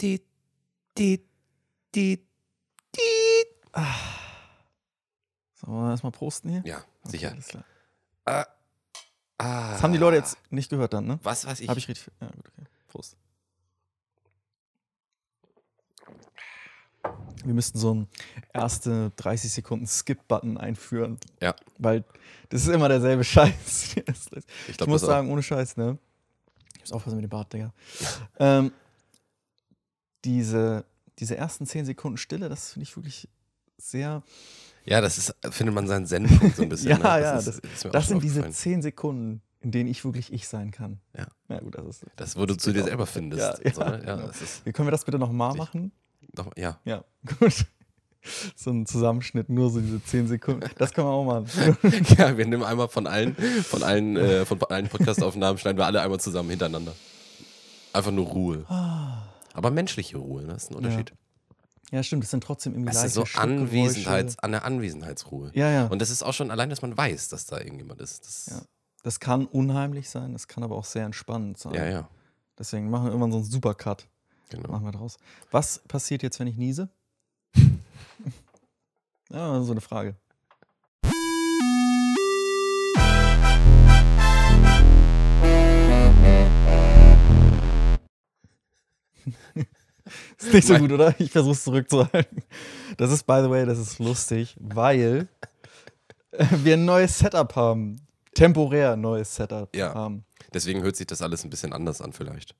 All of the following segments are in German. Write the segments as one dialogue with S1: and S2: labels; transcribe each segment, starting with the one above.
S1: Die, die, die, die. Ah. Sollen wir erstmal prosten hier?
S2: Ja, sicher.
S1: alles klar.
S2: Ah, ah.
S1: Das haben die Leute jetzt nicht gehört dann, ne?
S2: Was weiß ich?
S1: Habe ich richtig. Ja, gut, okay. Prost. Wir müssten so einen erste 30 Sekunden Skip-Button einführen.
S2: Ja.
S1: Weil das ist immer derselbe Scheiß.
S2: ich
S1: ich
S2: glaub,
S1: muss
S2: das auch.
S1: sagen, ohne Scheiß, ne? Ich muss aufpassen mit dem Bart, Digga. ähm, diese, diese ersten 10 Sekunden Stille, das finde ich wirklich sehr.
S2: Ja, das ist, findet man seinen Zen-Punkt so ein bisschen.
S1: Ja,
S2: ne?
S1: ja,
S2: ist,
S1: das-
S2: ist mir auch
S1: Das
S2: schon
S1: sind diese
S2: aufgefallen.
S1: 10 Sekunden, in denen ich wirklich ich sein kann.
S2: Ja.
S1: Ja, gut, das ist.
S2: Das, wo du zu dir
S1: auch-
S2: selber findest.
S1: Ja,
S2: Ja,
S1: ja,
S2: so, ne? ja,
S1: genau.
S2: das ist
S1: Können wir das bitte nochmal
S2: Richtig.
S1: machen?
S2: doch, ja.
S1: Ja, gut. So ein Zusammenschnitt, nur so diese 10 Sekunden. Das können wir auch machen.
S2: ja, wir nehmen einmal von allen, von allen, äh, von allen Podcast-Aufnahmen, schneiden wir alle einmal zusammen hintereinander. Einfach nur Ruhe. Aber menschliche Ruhe, ne? das ist ein Unterschied.
S1: Ja, stimmt, das sind trotzdem irgendwie
S2: Es
S1: leichte
S2: ist so
S1: Schrittgeräusche.
S2: Anwesenheits, an der Anwesenheitsruhe.
S1: Ja, ja.
S2: Und das ist auch schon allein, dass man weiß, dass da irgendjemand ist. Das,
S1: Ja. das kann unheimlich sein, das kann aber auch sehr entspannend sein.
S2: ja, ja,
S1: Deswegen machen wir irgendwann so einen Supercut.
S2: genau.
S1: Machen wir draus. Was passiert jetzt, wenn ich niese? ja, so eine Frage. ist nicht so gut, oder? Ich versuche es zurückzuhalten. Das ist, by the way, das ist lustig, weil wir ein neues Setup haben. Temporär neues Setup
S2: Ja.
S1: haben.
S2: Deswegen hört sich das alles ein bisschen anders an, vielleicht.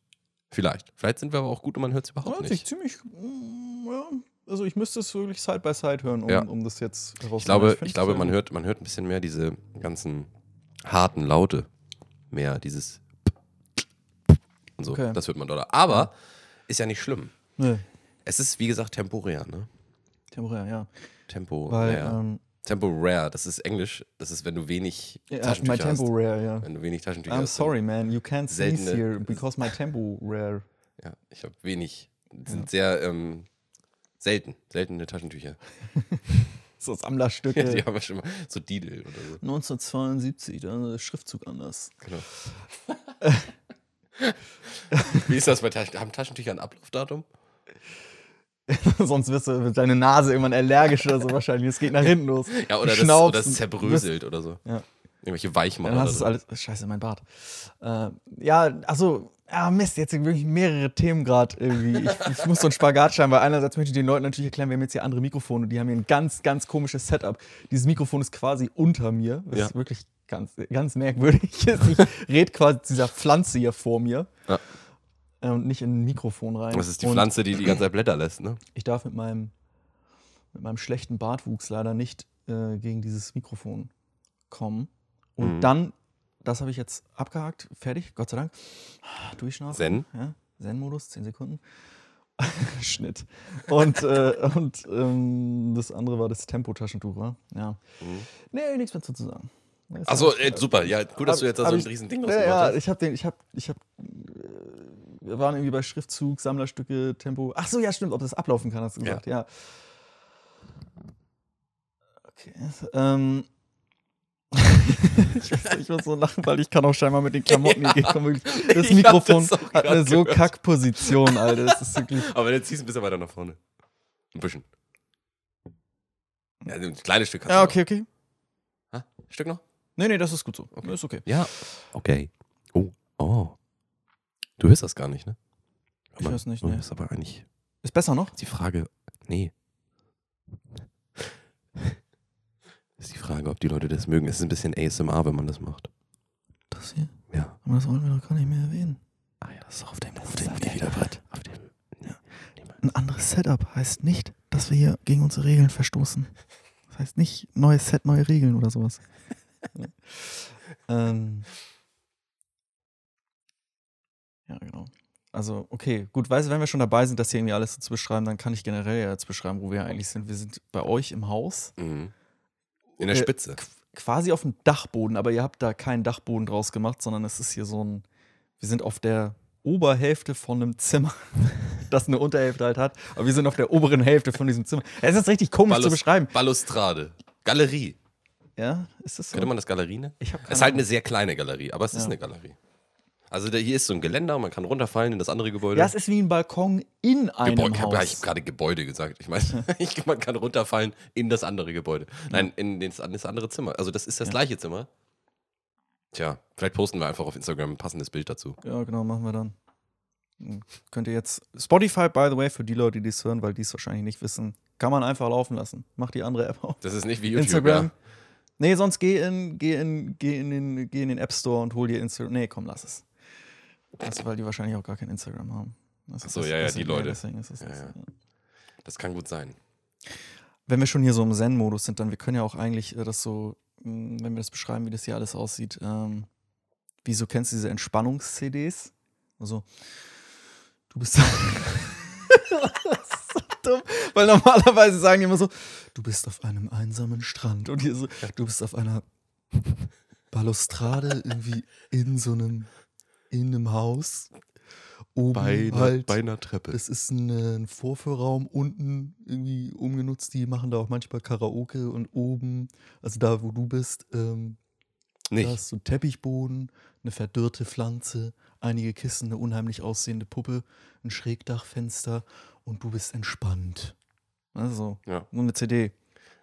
S2: Vielleicht. Vielleicht sind wir aber auch gut und man hört es überhaupt
S1: Hört sich
S2: nicht.
S1: ziemlich. mm, Ja, also ich müsste es wirklich Side by Side hören, um,
S2: Ja.
S1: um das jetzt
S2: Ich glaube,
S1: find
S2: ich
S1: das
S2: glaube
S1: sehr
S2: man,
S1: gut.
S2: hört, man hört ein bisschen mehr diese ganzen harten Laute. Mehr dieses und so.
S1: Okay.
S2: Das hört man dort. Aber ist ja nicht schlimm.
S1: Nee,
S2: Es ist, wie gesagt, temporär, ne?
S1: temporär, ja.
S2: Tempo.
S1: Weil
S2: ja.
S1: ähm,
S2: Temporär, das ist Englisch. Das ist, wenn du wenig
S1: ja, my
S2: Taschentücher hast.
S1: temporär, ja.
S2: Wenn du wenig Taschentücher
S1: I'm
S2: hast.
S1: sorry, man. You can't sneeze
S2: seltene-
S1: here because my tempo rare.
S2: Ja, ich habe wenig. Die sind sehr ähm, selten. Seltene Taschentücher.
S1: So Sammlerstücke.
S2: Die haben wir schon mal. So Didel oder so.
S1: 1972, da ist der Schriftzug anders.
S2: Genau. Wie ist das bei Taschentüchern? Haben Taschentücher ein Ablaufdatum?
S1: Sonst wirst du wird deine Nase irgendwann allergisch oder so wahrscheinlich. Es geht nach hinten los.
S2: Ja,
S1: Du
S2: oder das,
S1: schnaubst
S2: oder das
S1: und
S2: zerbröselt oder so.
S1: Ja.
S2: Irgendwelche
S1: bist-
S2: Weichmacher.
S1: Dann
S2: oder
S1: hast du es
S2: so.
S1: alles. Scheiße, mein Bart. Äh, ja, also, ah, Mist, jetzt sind wirklich mehrere Themen gerade irgendwie. Ich, ich muss so einen Spagat schreiben, weil einerseits möchte ich den Leuten natürlich erklären, wir haben jetzt hier andere Mikrofone, die haben hier ein ganz, ganz komisches Setup. Dieses Mikrofon ist quasi unter mir. Das
S2: Ja.
S1: ist wirklich ganz, ganz merkwürdig. Ich rede quasi zu dieser Pflanze hier vor mir.
S2: Ja.
S1: Äh, Und nicht in ein Mikrofon rein.
S2: Das ist die
S1: halt Und
S2: Pflanze, die die ganze Zeit Blätter lässt, ne?
S1: Ich darf mit meinem, mit meinem schlechten Bartwuchs leider nicht äh, gegen dieses Mikrofon kommen. Und
S2: Mhm.
S1: dann, das habe ich jetzt abgehakt, fertig, Gott sei Dank. Durchschnaufen.
S2: Zen.
S1: Ja, Zen-Modus, 10 Sekunden. Schnitt. Und, äh, und ähm, das andere war das Tempo-Taschentuch, wa? Ja.
S2: Mhm.
S1: Nee, nichts mehr zu zu sagen. Ist
S2: Achso,
S1: alles-
S2: äh, super. Ja, cool, dass du jetzt da
S1: Hab-
S2: so ein
S1: hab ich-
S2: riesen Ding draus
S1: ja, ja,
S2: gemacht hast.
S1: ich habe den, ich habe, ich habe, wir waren irgendwie bei Schriftzug, Sammlerstücke, Tempo. Ach so, ja, stimmt, ob das ablaufen kann, hast du
S2: Ja.
S1: gesagt, ja. Okay. Ähm, ich, muss, ich muss so lachen, weil ich kann auch scheinbar mit den Klamotten nicht gekommen. wirklich. Das
S2: Ich hab
S1: Mikrofon
S2: das auch
S1: hat eine
S2: grad
S1: so
S2: gehört.
S1: Kackposition, Alter. Das ist wirklich.
S2: Aber jetzt ziehst du ein bisschen weiter nach vorne. Ein bisschen. Ja, ein kleines Stück hast
S1: Ja,
S2: du
S1: okay, okay.
S2: Noch. Ha? Stück noch?
S1: Nee, nee, das ist gut so. Ist okay.
S2: Ja. Okay. Oh, oh. Du hörst das gar nicht, ne?
S1: Ich hör's nicht,
S2: Du
S1: nee.
S2: hörst aber eigentlich
S1: Ist besser noch?
S2: Ist die Frage, nee. Ist die Frage, ob die Leute das mögen. Es ist ein bisschen ASMR, wenn man das macht.
S1: Das hier.
S2: Ja.
S1: Aber das wollen wir doch gar nicht mehr erwähnen.
S2: Ah ja, das ist auf dem,
S1: auf dem
S2: Wiederbrett. Auf dem.
S1: Ein anderes Setup heißt nicht, dass wir hier gegen unsere Regeln verstoßen. Das heißt nicht neues Set, neue Regeln oder sowas. ähm. Ja, genau. Also, okay, gut, weißt du, wenn wir schon dabei sind, das hier irgendwie alles so zu beschreiben, dann kann ich generell ja jetzt beschreiben, wo wir eigentlich sind. Wir sind bei euch im Haus,
S2: Mhm. In der
S1: Äh,
S2: Spitze.
S1: quasi auf dem Dachboden, aber ihr habt da keinen Dachboden draus gemacht, sondern es ist hier so ein, wir sind auf der Oberhälfte von einem Zimmer, das eine Unterhälfte halt hat, aber wir sind auf der oberen Hälfte von diesem Zimmer. um Es ist richtig komisch zu
S2: Ballus-
S1: beschreiben.
S2: Balustrade. Galerie.
S1: Ja, ist das so?
S2: Könnte man das Galerie nennen?
S1: Ich hab keine
S2: Es ist halt
S1: Ahnung.
S2: eine sehr kleine Galerie, aber es ist
S1: Ja.
S2: eine Galerie. Also da, hier ist so ein Geländer, man kann runterfallen in das andere Gebäude.
S1: ja, es ist wie ein Balkon in einem
S2: Gebäu ich hab- ja, ich
S1: Haus.
S2: habe gerade Gebäude gesagt. Ich meine, ich- man kann runterfallen in das andere Gebäude. Nein, in den- in das andere Zimmer. Also das ist das
S1: Ja.
S2: gleiche Zimmer. Tja, vielleicht posten wir einfach auf Instagram ein passendes Bild dazu.
S1: Ja, genau, machen wir dann. Hm, Könnt ihr jetzt Spotify, by the way, für die Leute, die das hören, weil die es wahrscheinlich nicht wissen, kann man einfach laufen lassen. Macht die andere App auf.
S2: Das ist nicht wie YouTube.
S1: Instagram.
S2: Ja.
S1: Nee, sonst geh in, geh in, geh in, den, geh in den App Store und hol dir Instagram. Nee, komm, lass es. Das, weil die wahrscheinlich auch gar kein Instagram haben. Das
S2: Ach so, ja, ja, die Leute.
S1: deswegen ist es
S2: Ja,
S1: das.
S2: ja. Das kann gut sein.
S1: Wenn wir schon hier so im Zen-Modus sind, dann wir können ja auch eigentlich äh, das so, mh, wenn wir das beschreiben, wie das hier alles aussieht, ähm, wieso kennst du diese Entspannungs-CDs? Also, du bist. Das ist so dumm, Weil normalerweise sagen die immer so, du bist auf einem einsamen Strand und hier so, du bist auf einer Balustrade irgendwie in so einem, in einem Haus. Oben halt
S2: einer Treppe.
S1: es ist ein, äh, ein Vorführraum unten irgendwie umgenutzt. Die machen da auch manchmal Karaoke und oben, also da, wo du bist, ähm, da
S2: Nicht.
S1: ist so ein Teppichboden, eine verdürrte Pflanze, einige Kissen, eine unheimlich aussehende Puppe, ein Schrägdachfenster und du bist entspannt. Also,
S2: Ja.
S1: nur eine CD.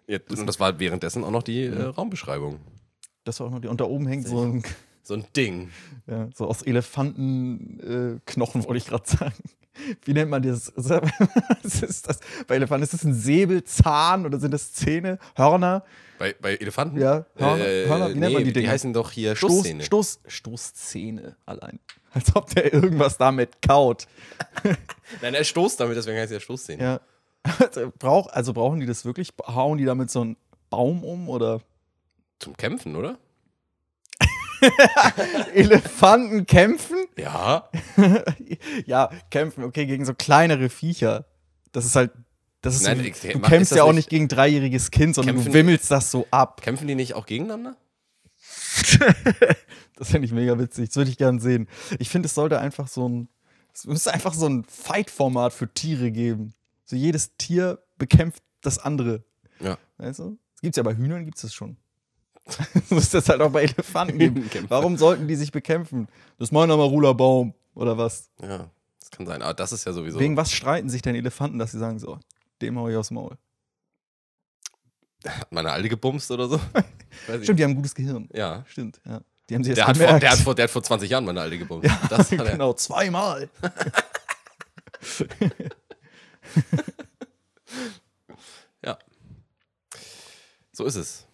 S2: Jetzt, und das war währenddessen auch noch die äh, Raumbeschreibung.
S1: Das war auch noch die. Und da oben hängt so ein,
S2: So ein Ding.
S1: ja, so aus Elefantenknochen, äh, Knochen, wollte ich gerade sagen. Wie nennt man das? Was ist das? Bei Elefanten ist das ein Säbelzahn oder sind das Zähne, Hörner?
S2: Bei, bei Elefanten? Äh,
S1: Ja, Hörner- Hörner, wie nennt man die
S2: Die
S1: Dinger?
S2: heißen doch hier
S1: Stoß,
S2: Stoßzähne.
S1: Stoß, Stoßzähne allein. Als ob der irgendwas damit kaut.
S2: Nein, er stoßt damit, deswegen heißt er Stoßzähne.
S1: Ja. Also, brauch, also brauchen die das wirklich? Hauen die damit so einen Baum um oder?
S2: Zum Kämpfen, oder?
S1: Elefanten kämpfen?
S2: Ja.
S1: ja, kämpfen, okay, gegen so kleinere Viecher. Das ist halt. Das ist
S2: Nein,
S1: so,
S2: ich-
S1: du
S2: ma- ist
S1: kämpfst
S2: das
S1: ja auch
S2: nicht-
S1: nicht gegen dreijähriges Kind, sondern
S2: Kämpfen-
S1: du wimmelst das so ab.
S2: Kämpfen die nicht auch gegeneinander?
S1: Das finde ich mega witzig. Das würde ich gern sehen. Ich finde, es sollte einfach so ein. Es müsste einfach so ein Fight-Format für Tiere geben. So jedes Tier bekämpft das andere.
S2: Ja.
S1: Weißt du? Das gibt es ja bei Hühnern, gibt es das schon. so ist das halt auch bei Elefanten geben.
S2: Hühnenkämpfe.
S1: Warum sollten die sich bekämpfen? Das ist mein Amarula Baum oder was?
S2: Ja, das kann sein. Aber das ist ja sowieso.
S1: Wegen was streiten sich denn Elefanten, dass sie sagen so, dem hau ich aufs Maul?
S2: Hat meine Alte gebumst oder so? Weiß ich
S1: Stimmt, die haben ein gutes Gehirn.
S2: nicht. Ja.
S1: Stimmt, ja. Die haben sich das
S2: Der hat, vor,
S1: gemerkt.
S2: der, hat vor, der hat vor 20 Jahren meine Alte gebumst.
S1: Ja,
S2: Das hat er.
S1: genau, zweimal.
S2: Ja. So ist es.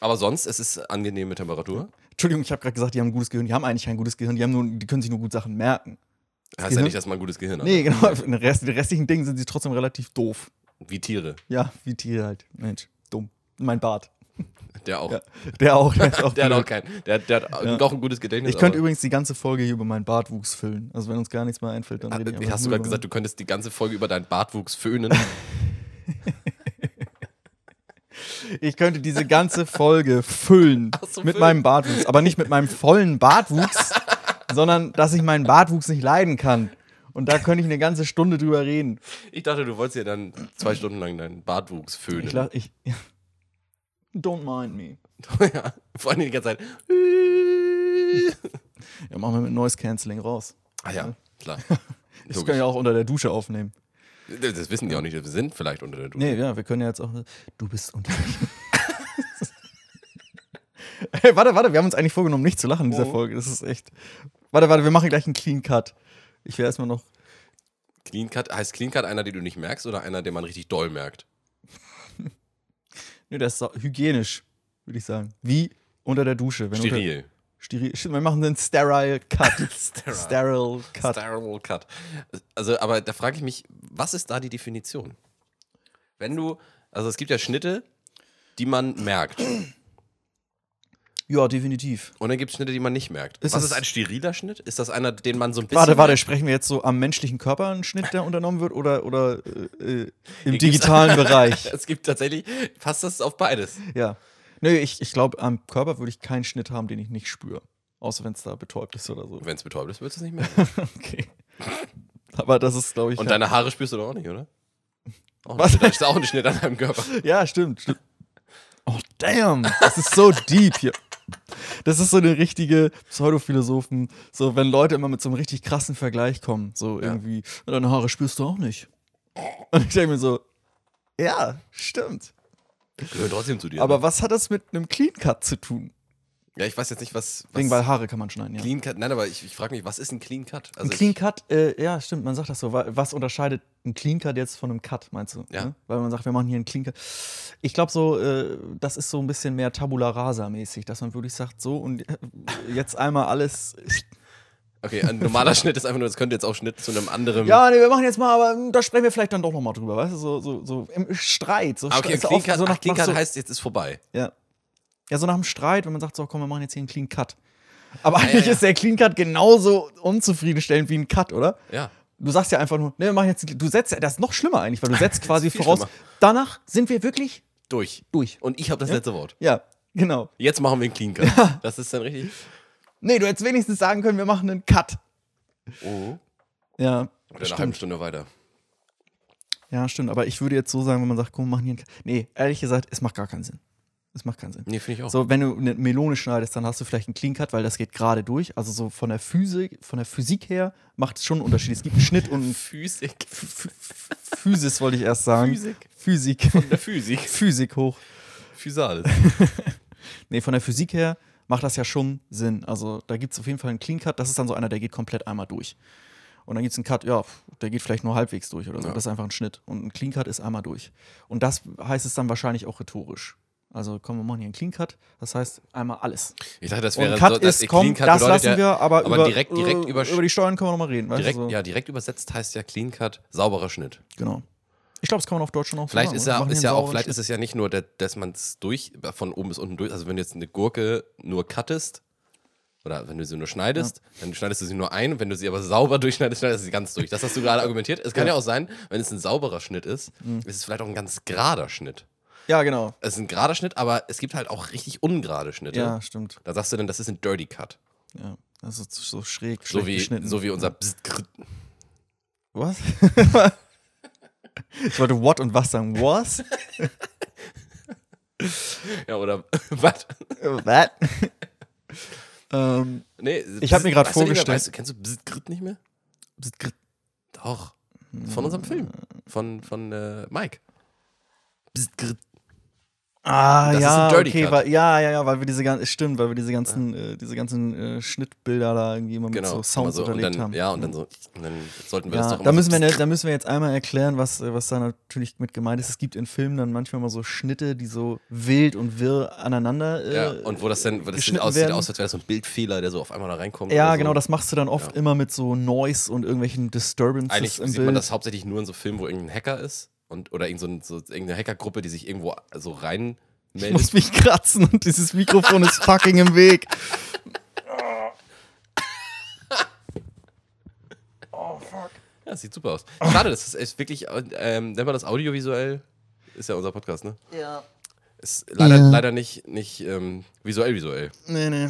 S2: Aber sonst, es ist angenehme Temperatur.
S1: Entschuldigung, ich habe gerade gesagt, die haben ein gutes Gehirn. Die haben eigentlich kein gutes Gehirn. Die, haben nur, die können sich nur gut Sachen merken.
S2: heißt ja
S1: Gehirn?
S2: nicht, dass man ein gutes Gehirn hat.
S1: Nee, genau. In den, Rest, in den restlichen Dingen sind sie trotzdem relativ doof.
S2: Wie Tiere.
S1: Ja, wie Tiere halt. Mensch, dumm. Mein Bart.
S2: Der auch.
S1: Ja, der auch. Der, ist auch
S2: Der hat auch
S1: blöd.
S2: kein. Der, der hat
S1: Ja.
S2: auch ein gutes Gedächtnis.
S1: Ich könnte
S2: aber-
S1: übrigens die ganze Folge hier über meinen Bartwuchs füllen. Also wenn uns gar nichts mehr einfällt, dann rede ich
S2: Ah,
S1: einfach
S2: Hast du
S1: nur
S2: gerade
S1: über
S2: gesagt, du könntest die ganze Folge über deinen Bartwuchs föhnen?
S1: meinen- Ich könnte diese ganze Folge füllen
S2: so,
S1: mit
S2: füllen.
S1: meinem Bartwuchs. Aber nicht mit meinem vollen Bartwuchs, sondern dass ich meinen Bartwuchs nicht leiden kann. Und da könnte ich eine ganze Stunde drüber reden.
S2: Ich dachte, du wolltest ja dann zwei Stunden lang deinen Bartwuchs föhnen.
S1: Ich, la- ich, don't mind me.
S2: ja. Vor allem die ganze Zeit.
S1: Ja, machen wir mit Noise Cancelling raus.
S2: ah ja, klar.
S1: Das können wir auch unter der Dusche aufnehmen.
S2: Das das wissen die auch nicht. Wir sind vielleicht unter der Dusche.
S1: Nee, ja, wir können ja jetzt auch. Du bist unter. hey, warte, warte, wir haben uns eigentlich vorgenommen, nicht zu lachen in dieser
S2: Oh.
S1: Folge. Das ist echt. Warte, warte, wir machen gleich einen Clean Cut. Ich will erstmal noch.
S2: Clean Cut, heißt Clean Cut einer, den du nicht merkst oder einer, den man richtig doll merkt?
S1: Nee, das ist sau- hygienisch, würde ich sagen. Wie unter der Dusche. Wenn Unter,
S2: Steril.
S1: steril. Stimmt, wir machen einen Sterile Cut. sterile Cut.
S2: Sterile Cut. Also, aber da frage ich mich, was ist da die Definition? Wenn du, also es gibt ja Schnitte, die man merkt.
S1: ja, definitiv.
S2: Und dann gibt es Schnitte, die man nicht merkt.
S1: Ist
S2: was
S1: das-
S2: ist ein steriler Schnitt? Ist das einer, den man so ein bisschen.
S1: Warte, warte, sprechen wir jetzt so am menschlichen Körper einen Schnitt, der unternommen wird oder, oder äh, äh, im
S2: gibt's-
S1: digitalen Bereich?
S2: Es gibt tatsächlich, passt das auf beides.
S1: Ja. Nö, ich, ich glaube, am Körper würde ich keinen Schnitt haben, den ich nicht spüre. Außer wenn es da betäubt ist oder so.
S2: Wenn es betäubt ist, würdest du es nicht merken.
S1: Okay. Aber das ist, glaube ich.
S2: Und
S1: ja-
S2: deine Haare spürst du doch auch nicht, oder? Auch ein
S1: Was?
S2: Schnitt, da ist auch ein Schnitt an deinem Körper.
S1: ja, stimmt, stimmt. Oh, damn. Das ist so deep hier. Das ist so eine richtige Pseudophilosophen, so wenn Leute immer mit so einem richtig krassen Vergleich kommen, so irgendwie, "Ja, deine Haare spürst du auch nicht. Und ich denke mir so, ja, stimmt.
S2: Gehört trotzdem zu dir.
S1: Aber
S2: ne?
S1: was hat das mit einem Clean Cut zu tun?
S2: ja, ich weiß jetzt nicht, was. was
S1: Wegen, weil Haare kann man schneiden, ja.
S2: Clean Cut. Nein, aber ich, ich frage mich, was ist ein Clean Cut?
S1: ein
S2: Also
S1: Clean Cut, äh, ja, stimmt, man sagt das so. Wa- Was unterscheidet ein Clean Cut jetzt von einem Cut, meinst du? ne?
S2: Ja.
S1: Weil man sagt, wir machen hier einen Clean Cut. Ich glaube so, äh, das ist so ein bisschen mehr Tabula Rasa mäßig, dass man wirklich sagt, so und äh, jetzt einmal alles.
S2: Ich, okay, ein normaler Schnitt ist einfach nur, das könnte jetzt auch Schnitt zu einem anderen.
S1: Ja, nee, wir machen jetzt mal, aber hm, da sprechen wir vielleicht dann doch nochmal drüber, weißt du? So, so, so im Streit. So
S2: Ah, okay,
S1: ist ja
S2: Clean
S1: oft
S2: Cut,
S1: so nach,
S2: ach, Clean
S1: nach so,
S2: Cut heißt, jetzt ist vorbei.
S1: Ja. Ja, so nach dem Streit, wenn man sagt, so komm, wir machen jetzt hier einen Clean Cut. Aber eigentlich
S2: ja.
S1: ist der Clean Cut genauso unzufriedenstellend wie ein Cut, oder?
S2: Ja.
S1: Du sagst ja einfach nur, ne, wir machen jetzt, du setzt, ja- das ist noch schlimmer eigentlich, weil du setzt quasi
S2: viel
S1: voraus,
S2: schlimmer.
S1: danach sind wir wirklich
S2: Durch.
S1: durch.
S2: Und ich habe das letzte Wort.
S1: Ja, genau.
S2: Jetzt machen wir einen Clean Cut. Das ist dann richtig.
S1: Nee, du hättest wenigstens sagen können, wir machen einen Cut.
S2: Oh.
S1: Ja,
S2: Oder eine halbe
S1: stimmt.
S2: Stunde weiter.
S1: Ja, stimmt. Aber ich würde jetzt so sagen, wenn man sagt, komm, wir machen hier einen Cut. Nee, ehrlich gesagt, es macht gar keinen Sinn. Es macht keinen Sinn.
S2: Nee, finde ich auch.
S1: So, wenn du eine Melone schneidest, dann hast du vielleicht einen Clean Cut, weil das geht gerade durch. Also so von der Physik, von der Physik her macht es schon einen Unterschied. Es gibt einen Schnitt und einen
S2: Physik.
S1: Ph- Ph- Physis wollte ich erst sagen.
S2: Physik.
S1: Physik.
S2: Von der Physik.
S1: Physik hoch.
S2: Physales.
S1: Nee, von der Physik her macht das ja schon Sinn. Also da gibt es auf jeden Fall einen Clean Cut. Das ist dann so einer, der geht komplett einmal durch. Und dann gibt es einen Cut, ja, pf, der geht vielleicht nur halbwegs durch oder so.
S2: Ja.
S1: Das ist einfach ein Schnitt. Und ein Clean Cut ist einmal durch. Und das heißt es dann wahrscheinlich auch rhetorisch. Also komm, wir machen hier einen Clean Cut. Das heißt einmal alles.
S2: Ich dachte, das
S1: Und
S2: wäre
S1: Cut
S2: so,
S1: ist,
S2: Clean
S1: komm,
S2: Cut
S1: das
S2: bedeutet
S1: lassen
S2: ja-
S1: wir, aber,
S2: aber
S1: über,
S2: direkt- direkt
S1: äh,
S2: übersch-
S1: über die Steuern können wir nochmal reden. weißt du,
S2: Direkt,
S1: so.
S2: ja, direkt übersetzt heißt ja Clean Cut sauberer Schnitt.
S1: Genau. Ich glaube, das kann man auf Deutsch schon auch so
S2: Vielleicht
S1: sagen,
S2: ist
S1: oder?
S2: ja,
S1: Machen
S2: ist
S1: hier
S2: ja
S1: einen
S2: auch,
S1: sauberen
S2: vielleicht
S1: Schnitt.
S2: ist es ja nicht nur, der, dass man es durch, von oben bis unten durch, also wenn du jetzt eine Gurke nur cuttest oder wenn du sie nur schneidest, dann schneidest du sie nur ein, wenn du sie aber sauber durchschneidest, schneidest du sie ganz durch. Das hast du gerade argumentiert. Es kann ja. auch sein, wenn es ein sauberer Schnitt ist,
S1: Mhm.
S2: ist es vielleicht auch ein ganz gerader Schnitt.
S1: Ja, genau.
S2: Es ist ein gerader Schnitt, aber es gibt halt auch richtig ungerade Schnitte.
S1: Ja, stimmt.
S2: Da sagst du dann, das ist ein Dirty Cut.
S1: Ja. Das ist so schräg, schlecht
S2: So wie,
S1: geschnitten.
S2: so wie unser Bzzt, Grrrt.
S1: Was? ich wollte what und was sagen. Was?
S2: Ja, oder was?
S1: What? ähm,
S2: Nee,
S1: Ich hab mir grad
S2: weißt du nicht mehr,
S1: vorgestellt-
S2: Weißt du, kennst du Bzzt, Grrrt nicht mehr? Doch. Von unserem Film. Von, von äh, Mike. Bzzt, grrrt.
S1: ah,
S2: Das
S1: ja,
S2: ist ein Dirty
S1: okay,
S2: Cut.
S1: weil, ja, ja, ja, weil wir diese ganzen, stimmt, weil wir diese ganzen, äh, diese ganzen äh, Schnittbilder da irgendwie immer mit
S2: Genau.
S1: so
S2: Immer
S1: Sounds
S2: so, und
S1: unterlegt
S2: dann,
S1: haben.
S2: Ja, und dann so. Und dann sollten wir das
S1: Ja,
S2: doch
S1: da,
S2: immer
S1: müssen wir,
S2: so,
S1: ne- da müssen wir jetzt einmal erklären, was, äh, was da natürlich mit gemeint ist. Es gibt in Filmen dann manchmal mal so Schnitte, die so wild und wirr aneinander. Äh,
S2: Ja, und wo das dann, wo das sieht
S1: geschnitten
S2: aus, sieht
S1: werden.
S2: aus, als wäre das so ein Bildfehler, der so auf einmal da reinkommt.
S1: ja
S2: oder so.
S1: genau, das machst du dann oft immer mit so Noise und irgendwelchen Disturbances
S2: Eigentlich
S1: im
S2: sieht
S1: Bild.
S2: man das hauptsächlich nur in so Filmen, wo irgendein Hacker ist und oder irgend so ein, so, irgendeine Hackergruppe, die sich irgendwo so
S1: Ich
S2: reinmeldet.
S1: muss mich kratzen und dieses Mikrofon ist fucking im Weg.
S2: Ja, sieht super aus. Schade, das ist echt wirklich, ähm, nennt man das audiovisuell? Ist ja unser Podcast, ne? Ja. Ist leider,
S1: Ja.
S2: leider nicht, nicht ähm, visuell visuell.
S1: Nee, nee.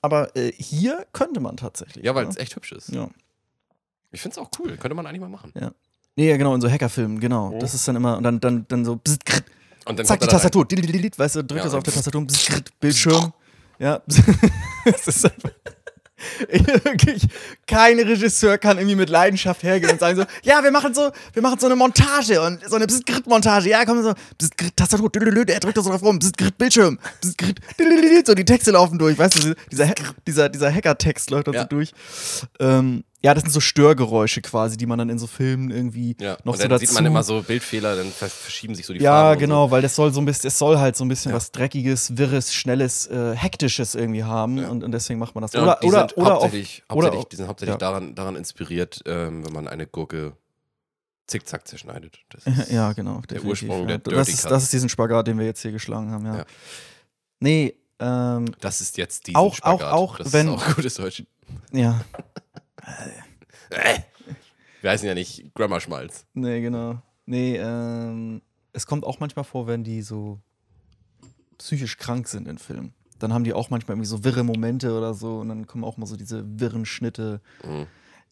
S1: Aber äh, hier könnte man tatsächlich.
S2: Ja, weil es
S1: ne?
S2: echt hübsch ist.
S1: ja.
S2: Ich finde es auch cool. Könnte man eigentlich mal machen.
S1: Nee, ja, genau, in so Hackerfilmen, genau.
S2: Oh.
S1: Das ist dann immer, und dann, dann, dann so, bzzzt, krrt,
S2: Und dann
S1: zack, die
S2: kommt er da rein.
S1: Tastatur, didel, didel, didel, weißt du, drückt
S2: Ja,
S1: das auf
S2: und
S1: der Tastatur, bzzzt, krrt, Bildschirm. Ja, es ist einfach. Wirklich, kein Regisseur kann irgendwie mit Leidenschaft hergehen und sagen so, ja, wir machen so, wir machen so eine Montage und so eine bzzzt, Montage, ja, komm so, bzzzt, krrt, Tastatur, didel, didel, er drückt da so drauf rum, bzzzt, krrt, Bildschirm, bzzzt, krrt, didel, didel, so die Texte laufen durch, weißt du, dieser, Ha- dieser, dieser Hacker-Text läuft dann
S2: Ja.
S1: so durch. Ähm, ja, das sind so Störgeräusche quasi, die man dann in so Filmen irgendwie
S2: Ja,
S1: noch
S2: und
S1: so
S2: dann
S1: dazu
S2: sieht man immer so Bildfehler, dann ver- verschieben sich so die
S1: ja,
S2: Farben.
S1: genau,
S2: Und
S1: weil das soll so ein bisschen, es soll halt so ein bisschen was Dreckiges, Wirres, Schnelles, äh, Hektisches irgendwie haben und, und deswegen macht man das.
S2: so. Ja,
S1: oder
S2: und die
S1: oder,
S2: sind
S1: oder, auch,
S2: hauptsächlich,
S1: oder
S2: hauptsächlich,
S1: auch-
S2: die sind hauptsächlich
S1: ja.
S2: daran, daran inspiriert, ähm, wenn man eine Gurke zickzack zerschneidet. Das ist
S1: Ja, genau. definitiv,
S2: Ursprung
S1: ja.
S2: der
S1: das,
S2: Dirty
S1: ist,
S2: Cut.
S1: das ist diesen Spagat, den wir jetzt hier geschlagen haben, ja.
S2: Ja.
S1: Nee, ähm,
S2: Das ist jetzt diesen
S1: Auch- auch-
S2: Spagat.
S1: auch
S2: das
S1: wenn-
S2: ist auch gutes Deutsch.
S1: ja.
S2: Wir heißen ja nicht Grammar-Schmalz.
S1: Nee, genau. Nee, ähm, es kommt auch manchmal vor, wenn die so psychisch krank sind in Filmen. Dann haben die auch manchmal irgendwie so wirre Momente oder so und dann kommen auch mal so diese wirren Schnitte.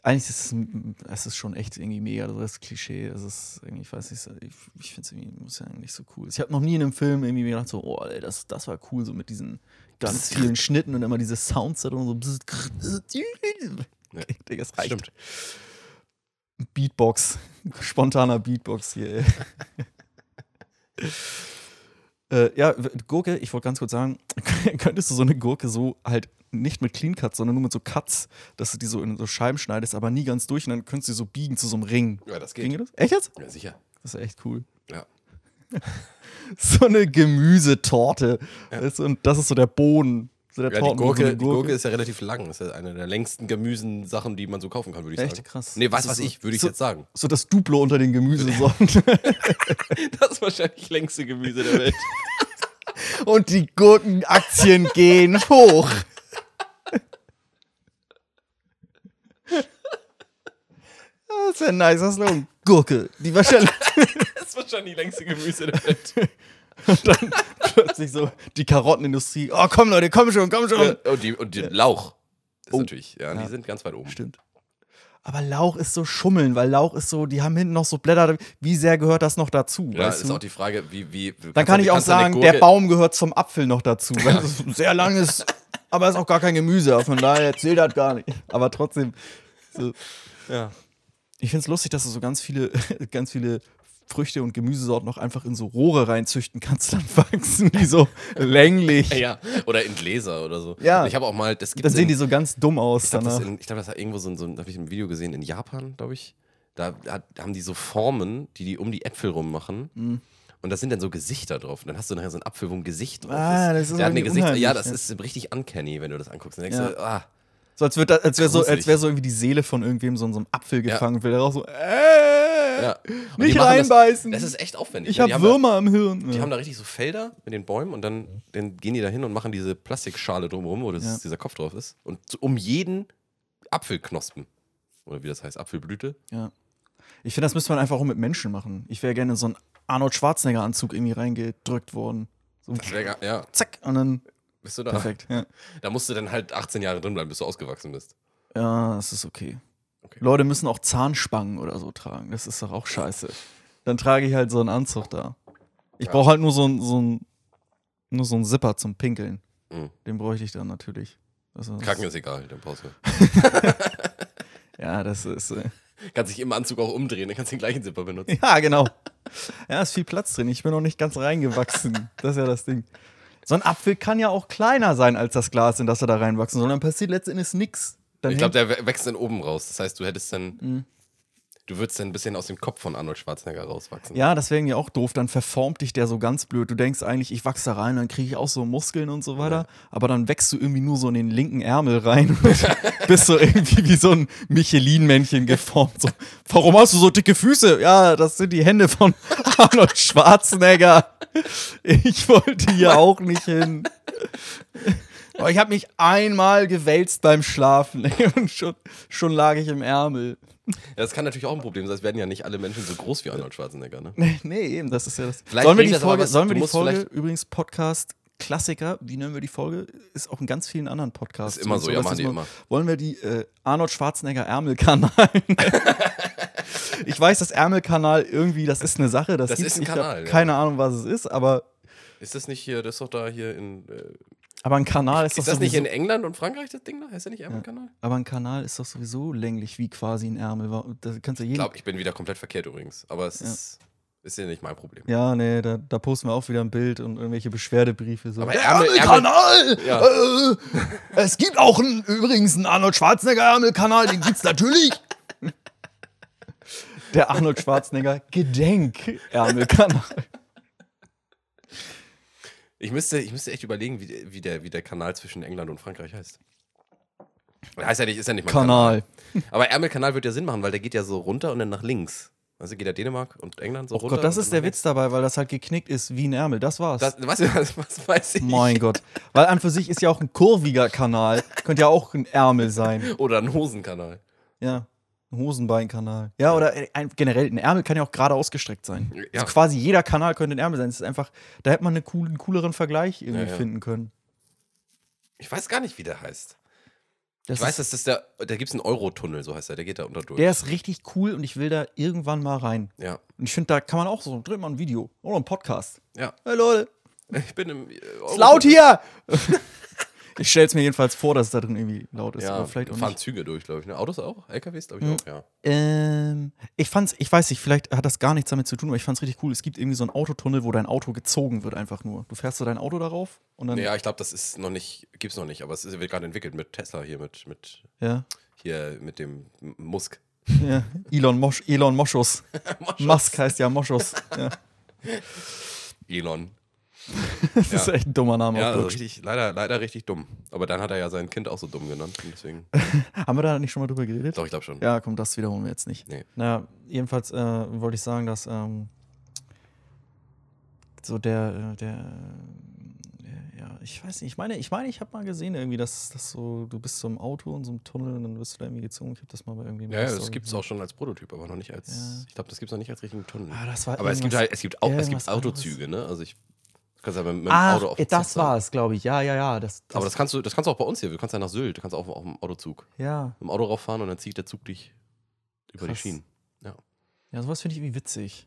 S1: eigentlich ist es, ein- es ist schon echt irgendwie mega, also das Klischee. Es ist irgendwie, ich weiß nicht, so- ich, ich finde es irgendwie muss ja nicht so cool. Ich habe noch nie in einem Film irgendwie mir gedacht, so, oh, ey, das, das war cool, so mit diesen ganz vielen Schnitten und immer diese Soundset und so. Okay, Digga, es reicht.
S2: Stimmt.
S1: Beatbox. Spontaner Beatbox hier, ey. Äh, ja, w- Gurke, ich wollte ganz kurz sagen, könntest du so eine Gurke so halt nicht mit Clean Cuts, sondern nur mit so Cuts, dass du die so in so Scheiben schneidest, aber nie ganz durch und dann könntest du die so biegen zu so einem Ring.
S2: Ja, das
S1: Ginge
S2: geht.
S1: das? Echt jetzt?
S2: Ja, sicher.
S1: Das ist echt cool.
S2: Ja.
S1: So eine Gemüsetorte. Weißt du, und das ist so der Boden. So der
S2: Ja, die,
S1: Tortenboden, so
S2: Gurke,
S1: eine
S2: die Gurke ist ja relativ lang. Das ist ja eine der längsten Gemüsensachen, die man so kaufen kann, würde ich
S1: Echt
S2: sagen.
S1: krass.
S2: Nee, was
S1: Das
S2: weiß
S1: ist so-
S2: ich, würde ich
S1: so-
S2: jetzt sagen.
S1: So das Duplo unter den Gemüsesorten.
S2: Das ist wahrscheinlich längste Gemüse der Welt.
S1: Und die Gurkenaktien gehen hoch. Das ist ja ein nicer Slogan. Gurke. Die wahrscheinlich
S2: Das ist wahrscheinlich die längste Gemüse der Welt.
S1: plötzlich so die Karottenindustrie. Oh, komm Leute, komm schon, komm schon.
S2: Ja, und die, und die Lauch. Das ist
S1: Oh.
S2: natürlich, ja,
S1: Ja.
S2: die sind ganz weit oben.
S1: Stimmt. Aber Lauch ist so schummeln, weil Lauch ist so, die haben hinten noch so Blätter. Wie sehr gehört das noch dazu?
S2: Ja,
S1: weißt
S2: ist
S1: du?
S2: auch die Frage, wie. wie
S1: Dann kann ich auch sagen, der Baum gehört zum Apfel noch dazu. Das ist ein sehr langes, aber ist auch gar kein Gemüse. Von daher zählt das gar nicht. Aber trotzdem. So.
S2: Ja.
S1: Ich finde es lustig, dass du so ganz viele, ganz viele Früchte und Gemüsesorten noch einfach in so Rohre reinzüchten kannst. Dann wachsen die so länglich.
S2: Ja, oder in Gläser oder so.
S1: Ja.
S2: Ich habe auch mal, das gibt
S1: Dann sehen die ne? so ganz dumm aus
S2: Ich glaube, das,
S1: danach.
S2: in- ich glaub, das hat irgendwo so ein, so ein habe ich ein Video gesehen in Japan, glaube ich. Da hat, haben die so Formen, die die um die Äpfel rum machen.
S1: Mhm.
S2: Und da sind dann so Gesichter drauf. Und dann hast du nachher so einen Apfel, wo ein Gesicht drauf
S1: Ah, das
S2: ist.
S1: ist
S2: Der hat
S1: irgendwie
S2: eine Gesichts-
S1: unheimlich,
S2: ja, das
S1: ja.
S2: ist richtig uncanny, wenn du das anguckst. Dann denkst
S1: Ja.
S2: du, ah,
S1: So als, würd da- als wäre so, als
S2: Gruselig.
S1: wär so irgendwie die Seele von irgendwem so in so einem Apfel gefangen. Will er auch so, äh,
S2: ja. Und die
S1: nicht
S2: machen
S1: reinbeißen.
S2: Das, das ist echt aufwendig.
S1: ich
S2: ne? Die
S1: habe
S2: haben da-
S1: Würmer im Hirn.
S2: Die
S1: Ja.
S2: haben da richtig so Felder mit den Bäumen und dann, dann gehen die da hin und machen diese Plastikschale drumherum, wo das,
S1: Ja.
S2: dieser Kopf drauf ist. Und so um jeden Apfelknospen. Oder wie das heißt, Apfelblüte.
S1: Ja. Ich finde, das müsste man einfach auch mit Menschen machen. Ich wäre gerne in so einen Arnold Schwarzenegger-Anzug irgendwie reingedrückt worden. So,
S2: Das wär gar- Ja,
S1: zack, und dann
S2: bist du da?
S1: perfekt. Ja.
S2: Da musst du dann halt 18 Jahre drin bleiben, bis du ausgewachsen bist.
S1: ja, das ist okay.
S2: Okay.
S1: Leute müssen auch Zahnspangen oder so tragen. Das ist doch auch scheiße. Dann trage ich halt so einen Anzug da. Ich
S2: Ja.
S1: brauche halt nur so einen so ein- nur so ein Zipper zum Pinkeln.
S2: Mhm.
S1: Den bräuchte ich dann natürlich. Also, das-
S2: Kacken ist egal, dann brauchst du.
S1: Ja, das ist. Äh,
S2: Kannst dich im Anzug auch umdrehen, dann kannst du den gleichen Zipper benutzen.
S1: Ja, genau. Ja, ist viel Platz drin. Ich bin noch nicht ganz reingewachsen. Das ist ja das Ding. So ein Apfel kann ja auch kleiner sein als das Glas, in das er da reinwachsen soll. Dann passiert letzten Endes nichts. Dann
S2: Ich glaube,
S1: hängt-
S2: der wä- wächst dann oben raus. Das heißt, du hättest dann.
S1: Mhm.
S2: Du würdest dann ein bisschen aus dem Kopf von Arnold Schwarzenegger rauswachsen.
S1: ja, das wäre irgendwie auch doof. Dann verformt dich der so ganz blöd. Du denkst eigentlich, ich wachse da rein, dann kriege ich auch so Muskeln und so weiter. Aber dann wächst du irgendwie nur so in den linken Ärmel rein und bist so irgendwie wie so ein Michelin-Männchen geformt. So, warum hast du so dicke Füße? Ja, das sind die Hände von Arnold Schwarzenegger. Ich wollte hier auch nicht hin. Aber ich habe mich einmal gewälzt beim Schlafen und schon, schon lag ich im Ärmel.
S2: Ja, das kann natürlich auch ein Problem sein. Es werden ja nicht alle Menschen so groß wie Arnold Schwarzenegger, ne?
S1: Nee, nee, eben, das ist ja das.
S2: Vielleicht
S1: sollen wir
S2: bringt
S1: die
S2: das aber
S1: Folge,
S2: was.
S1: sollen wir
S2: Du
S1: die
S2: musst
S1: Folge
S2: vielleicht-
S1: übrigens Podcast Klassiker, wie nennen wir die Folge? Ist auch in ganz vielen anderen Podcasts.
S2: Ist immer so, ja,
S1: dass
S2: machen
S1: das
S2: die
S1: mal-
S2: immer.
S1: Wollen wir die äh, Arnold Schwarzenegger Ärmelkanal? ich weiß, das Ärmelkanal irgendwie, das ist eine Sache. Das,
S2: Das
S1: gibt's.
S2: ist ein
S1: ich hab
S2: Kanal, ja.
S1: Keine Ahnung, was es ist, aber,
S2: Ist das nicht hier, das ist doch da hier in. Äh,
S1: aber ein Kanal ist,
S2: ist das,
S1: doch
S2: nicht
S1: sowieso,
S2: in England und Frankreich, das Ding da? Heißt der nicht Ärmelkanal?
S1: Aber ein Kanal ist doch sowieso länglich wie quasi ein Ärmel. Wa- Da kannst du jeden.
S2: Ich glaube, ich bin wieder komplett verkehrt übrigens. Aber es ist, ist ja nicht mein Problem.
S1: ja, nee, da, da posten wir auch wieder ein Bild und irgendwelche Beschwerdebriefe. So.
S2: Aber
S1: Der
S2: Ärmel-
S1: Ärmelkanal!
S2: Ja.
S1: Äh, es gibt auch einen, übrigens einen Arnold Schwarzenegger Ärmelkanal, den gibt's natürlich. Der Arnold Schwarzenegger Gedenk Ärmelkanal.
S2: Ich müsste, ich müsste echt überlegen, wie, der- wie, der, wie der Kanal zwischen England und Frankreich heißt. Heißt ja nicht, ist ja nicht mein Kanal.
S1: Kanal.
S2: Aber Ärmelkanal wird ja Sinn machen, weil der geht ja so runter und dann nach links. Also geht ja Dänemark und England so
S1: Oh
S2: runter.
S1: Gott, das
S2: und
S1: ist
S2: dann
S1: der Witz dabei, weil das halt geknickt ist wie ein Ärmel. Das war's.
S2: nach links. Das, was, was weiß ich?
S1: mein Gott. Weil an für sich ist ja auch ein kurviger Kanal. Könnte ja auch ein Ärmel sein.
S2: Oder ein Hosenkanal.
S1: Ja. Ein Hosenbeinkanal. Ja, oder ein, generell, ein Ärmel kann ja auch gerade ausgestreckt sein.
S2: Ja.
S1: Also quasi jeder Kanal könnte ein Ärmel sein. Es ist einfach, da hätte man einen, coolen, cooleren Vergleich irgendwie
S2: Ja, ja.
S1: finden können.
S2: Ich weiß gar nicht, wie der heißt.
S1: Das
S2: ich weiß,
S1: ist,
S2: dass das der, da gibt es einen Eurotunnel, so heißt er, der geht da unter durch.
S1: der ist richtig cool und ich will da irgendwann mal rein.
S2: ja,
S1: Und ich finde, da kann man auch so, dreht mal ein Video oder einen Podcast.
S2: ja.
S1: Hey Leute,
S2: Ich bin im. Äh,
S1: ist laut hier! ich stelle es mir jedenfalls vor, dass es da drin irgendwie laut ist.
S2: Ja,
S1: aber vielleicht auch
S2: fahren
S1: nicht.
S2: Züge durch, glaube ich. Ne? Autos auch? LKWs, glaube ich auch, ja.
S1: Ähm, ich fand's, ich weiß nicht, vielleicht hat das gar nichts damit zu tun, aber ich fand's richtig cool. Es gibt irgendwie so einen Autotunnel, wo dein Auto gezogen wird, einfach nur. Du fährst so dein Auto darauf und dann.
S2: Ja, ich glaube, das ist noch nicht, gibt's noch nicht, aber es ist- wird gerade entwickelt mit Tesla hier, mit, mit,
S1: Ja.
S2: hier, mit dem M- Musk.
S1: ja. Elon Mosch, Elon Moschus. Musk heißt ja Moschus. Ja.
S2: Elon.
S1: Das
S2: Ja.
S1: ist echt ein dummer Name.
S2: Ja,
S1: auf
S2: also
S1: Deutsch.
S2: richtig, leider, leider richtig dumm. Aber dann hat er ja sein Kind auch so dumm genannt. und Deswegen.
S1: Haben wir da nicht schon mal drüber geredet?
S2: Doch, ich glaube schon.
S1: Ja, komm, das wiederholen wir jetzt nicht.
S2: Nee.
S1: Na, jedenfalls äh, wollte ich sagen, dass ähm, so der, äh, der, äh, ja, ich weiß nicht, ich meine, ich meine, ich habe mal gesehen irgendwie, dass, dass so, du bist so im Auto in so einem Tunnel und dann wirst du da irgendwie gezogen. Ich habe das mal bei irgendwie.
S2: Ja, ja, das gibt es auch schon als Prototyp, aber noch nicht als.
S1: Ja.
S2: Ich glaube, das gibt es noch nicht als richtigen Tunnel.
S1: Ah, das war
S2: aber es gibt
S1: irgendwas-
S2: halt, es gibt auch, es
S1: irgendwas
S2: gibt Autozüge, ne? Also ich du kannst ja mit, mit dem
S1: Ah,
S2: Auto auf
S1: äh,
S2: den
S1: das
S2: Zug fahren.
S1: war es, glaube ich. Ja, ja, ja. Das, das,
S2: Aber das kannst du, das kannst du auch bei uns hier. Du kannst ja nach Sylt, du kannst auch auf dem Autozug.
S1: ja.
S2: Im Auto rauffahren und dann zieht der Zug dich über
S1: Krass.
S2: die Schienen. Ja.
S1: ja, sowas finde ich irgendwie witzig.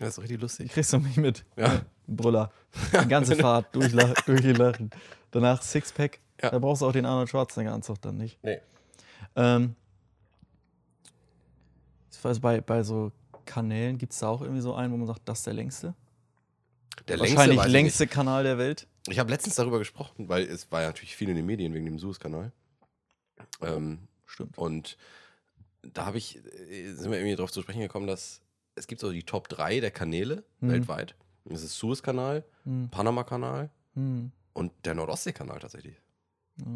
S2: ja, ist richtig lustig.
S1: Ich kriegst du mich mit.
S2: Ja.
S1: Brüller. Die ganze Fahrt durchla durchlachen. Danach Sixpack.
S2: Ja.
S1: Da brauchst du auch den Arnold Schwarzenegger-Anzug dann nicht.
S2: Nee.
S1: Ähm, ich weiß, bei, bei so Kanälen gibt es da auch irgendwie so einen, wo man sagt, das ist der längste.
S2: Der
S1: Wahrscheinlich
S2: weiß ich
S1: längste Kanal der Welt.
S2: nicht. Ich habe letztens darüber gesprochen, weil es war ja natürlich viel in den Medien wegen dem Suez-Kanal. Ähm,
S1: Stimmt.
S2: und da habe ich, äh, sind wir irgendwie drauf zu sprechen gekommen, dass es gibt so die Top 3 der Kanäle
S1: Mhm.
S2: weltweit. Und Das ist Suez-Kanal,
S1: Hm,
S2: Panama-Kanal
S1: hm,
S2: und der Nordostsee-Kanal tatsächlich.
S1: ja,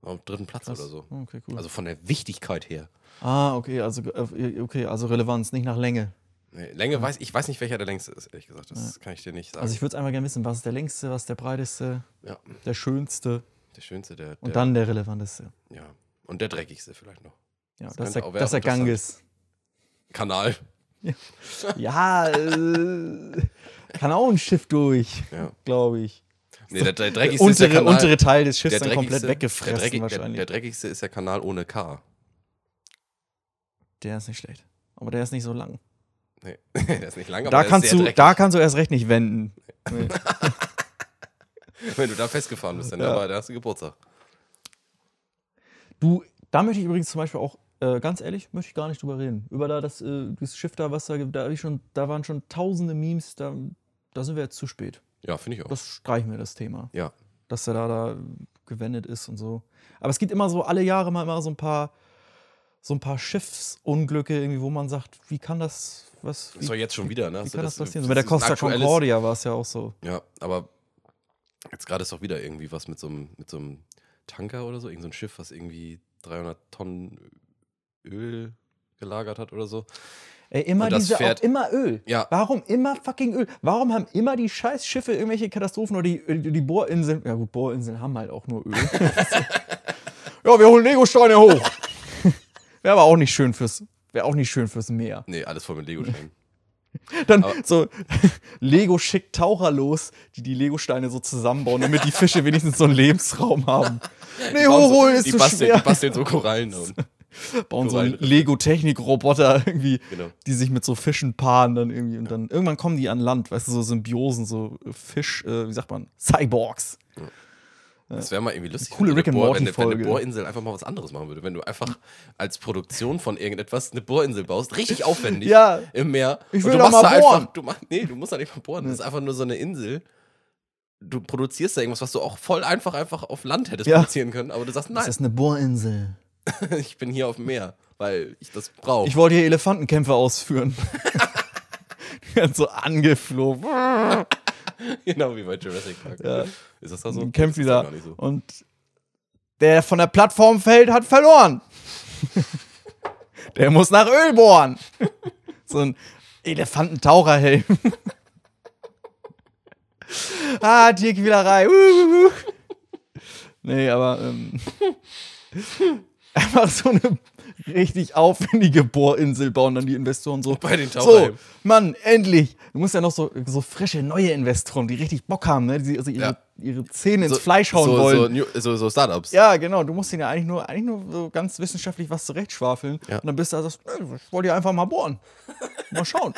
S2: Auf dem dritten Platz
S1: krass.
S2: oder so.
S1: Okay, cool.
S2: Also von der Wichtigkeit her.
S1: ah, okay also, äh, okay, also Relevanz, nicht nach Länge.
S2: Nee, Länge weiß ich weiß nicht, welcher der längste ist, ehrlich gesagt. Das kann ich dir nicht sagen.
S1: Also ich würde es einfach gerne wissen, was ist der längste, was ist der breiteste,
S2: ja,
S1: der schönste
S2: der schönste, der, der
S1: und dann der relevanteste.
S2: ja. Und der dreckigste vielleicht noch.
S1: Ja,
S2: Das
S1: das, ist
S2: könnte
S1: der,
S2: auch- wäre
S1: das ist der
S2: auch interessant.
S1: Ganges.
S2: Kanal.
S1: Ja, äh, kann auch ein Schiff durch,
S2: Ja.
S1: glaube ich.
S2: Nee, der,
S1: Der
S2: der dreckigste ist der
S1: untere,
S2: Kanal.
S1: untere Teil des Schiffs
S2: der
S1: dann komplett
S2: dreckigste-
S1: weggefressen
S2: der, dreckig-
S1: wahrscheinlich. Der,
S2: Der, der dreckigste ist der Kanal ohne K.
S1: ist nicht schlecht. Aber der ist nicht so lang.
S2: Nee, der ist nicht lang, aber
S1: Da
S2: der
S1: kannst,
S2: ist sehr
S1: du,
S2: dreckig.
S1: da kannst du erst recht nicht wenden. Nee.
S2: Wenn du da festgefahren bist, dann
S1: Ja.
S2: aber da hast du Geburtstag.
S1: Du, da möchte ich übrigens zum Beispiel auch, äh, ganz ehrlich, möchte ich gar nicht drüber reden. Über da das, äh, das Schiff da, was da gibt, da, hab ich schon, da waren schon tausende Memes, da, da sind wir jetzt zu spät.
S2: Ja, finde ich auch.
S1: Das streichen wir, das Thema.
S2: ja.
S1: dass er da, da gewendet ist und so. Aber es gibt immer so alle Jahre mal immer so ein paar so ein paar Schiffsunglücke irgendwie, wo man sagt, wie kann das was
S2: Ist doch
S1: wie,
S2: jetzt schon wieder, ne?
S1: wie
S2: Hast du
S1: kann das passieren? So
S2: das
S1: Bei der
S2: ist ein
S1: Costa
S2: aktuelles-
S1: Concordia war es ja auch so.
S2: Ja, aber jetzt gerade ist doch wieder irgendwie was mit so einem, mit so einem Tanker oder so, irgend so ein Schiff, was irgendwie 300 Tonnen Öl gelagert hat oder so.
S1: Ey, immer
S2: Und das
S1: diese auch
S2: fährt-
S1: immer Öl.
S2: Ja.
S1: Warum immer fucking Öl? Warum haben immer die scheiß Schiffe irgendwelche Katastrophen oder die, die Bohrinseln? Ja gut, Bohrinseln haben halt auch nur Öl. ja, wir holen Lego-Steine hoch. Wäre aber auch nicht schön fürs wäre auch nicht schön fürs Meer.
S2: Nee, alles voll mit Lego-Steinen.
S1: Dann
S2: Aber-
S1: so, Lego schickt Taucher los, die die Lego-Steine so zusammenbauen, damit die Fische wenigstens so einen Lebensraum haben. Nee,
S2: bauen so-
S1: Horol ist
S2: die
S1: zu
S2: basteln,
S1: schwer.
S2: Die basteln so Korallen. da unten.
S1: bauen so
S2: Korallen-
S1: Lego-Technik-Roboter irgendwie,
S2: Genau.
S1: die sich mit so Fischen paaren dann irgendwie. Und dann irgendwann kommen die an Land, weißt du, so Symbiosen, so Fisch, äh, wie sagt man, Cyborgs.
S2: Das wäre mal irgendwie lustig,
S1: Coole
S2: wenn,
S1: Rick
S2: eine
S1: and
S2: Bohr,
S1: Morty
S2: wenn, eine- wenn eine
S1: Folge.
S2: Bohrinsel einfach mal was anderes machen würde. Wenn du einfach als Produktion von irgendetwas eine Bohrinsel baust, richtig aufwendig
S1: Ja.
S2: im Meer.
S1: Ich will
S2: und du
S1: da mal
S2: machst da
S1: bohren.
S2: Einfach, du mach, nee, du musst da nicht mal bohren. Das ist einfach nur so eine Insel. Du produzierst da irgendwas, was du auch voll einfach einfach auf Land hättest
S1: Ja.
S2: produzieren können, aber du sagst,
S1: Das
S2: nein,
S1: ist eine Bohrinsel.
S2: ich bin hier auf dem Meer, weil ich das brauche.
S1: Ich wollte hier Elefantenkämpfe ausführen. Die werden so angeflogen.
S2: Genau wie bei Jurassic Park. Ist das da so?
S1: und kämpft
S2: Das ist
S1: wieder.
S2: doch gar nicht so.
S1: Und der von der Plattform fällt, hat verloren. der muss nach Öl bohren. so ein Elefantentaucherhelm. ah, Tierquälerei. Uh, uh, uh. Nee, aber ähm, einfach so eine richtig aufwendige Bohrinsel bauen dann die Investoren so.
S2: Bei den
S1: so,
S2: Tauchern.
S1: Mann, endlich. Du musst ja noch so, so frische, neue Investoren, die richtig Bock haben, ne? die also ihre,
S2: Ja.
S1: ihre Zähne
S2: So-
S1: ins Fleisch hauen
S2: so,
S1: wollen.
S2: So, New- so, so Startups.
S1: Ja, genau. Du musst ihn ja eigentlich nur, eigentlich nur so ganz wissenschaftlich was zurechtschwafeln.
S2: Ja.
S1: Und dann bist du also, ich wollte ja einfach mal bohren. Mal schauen.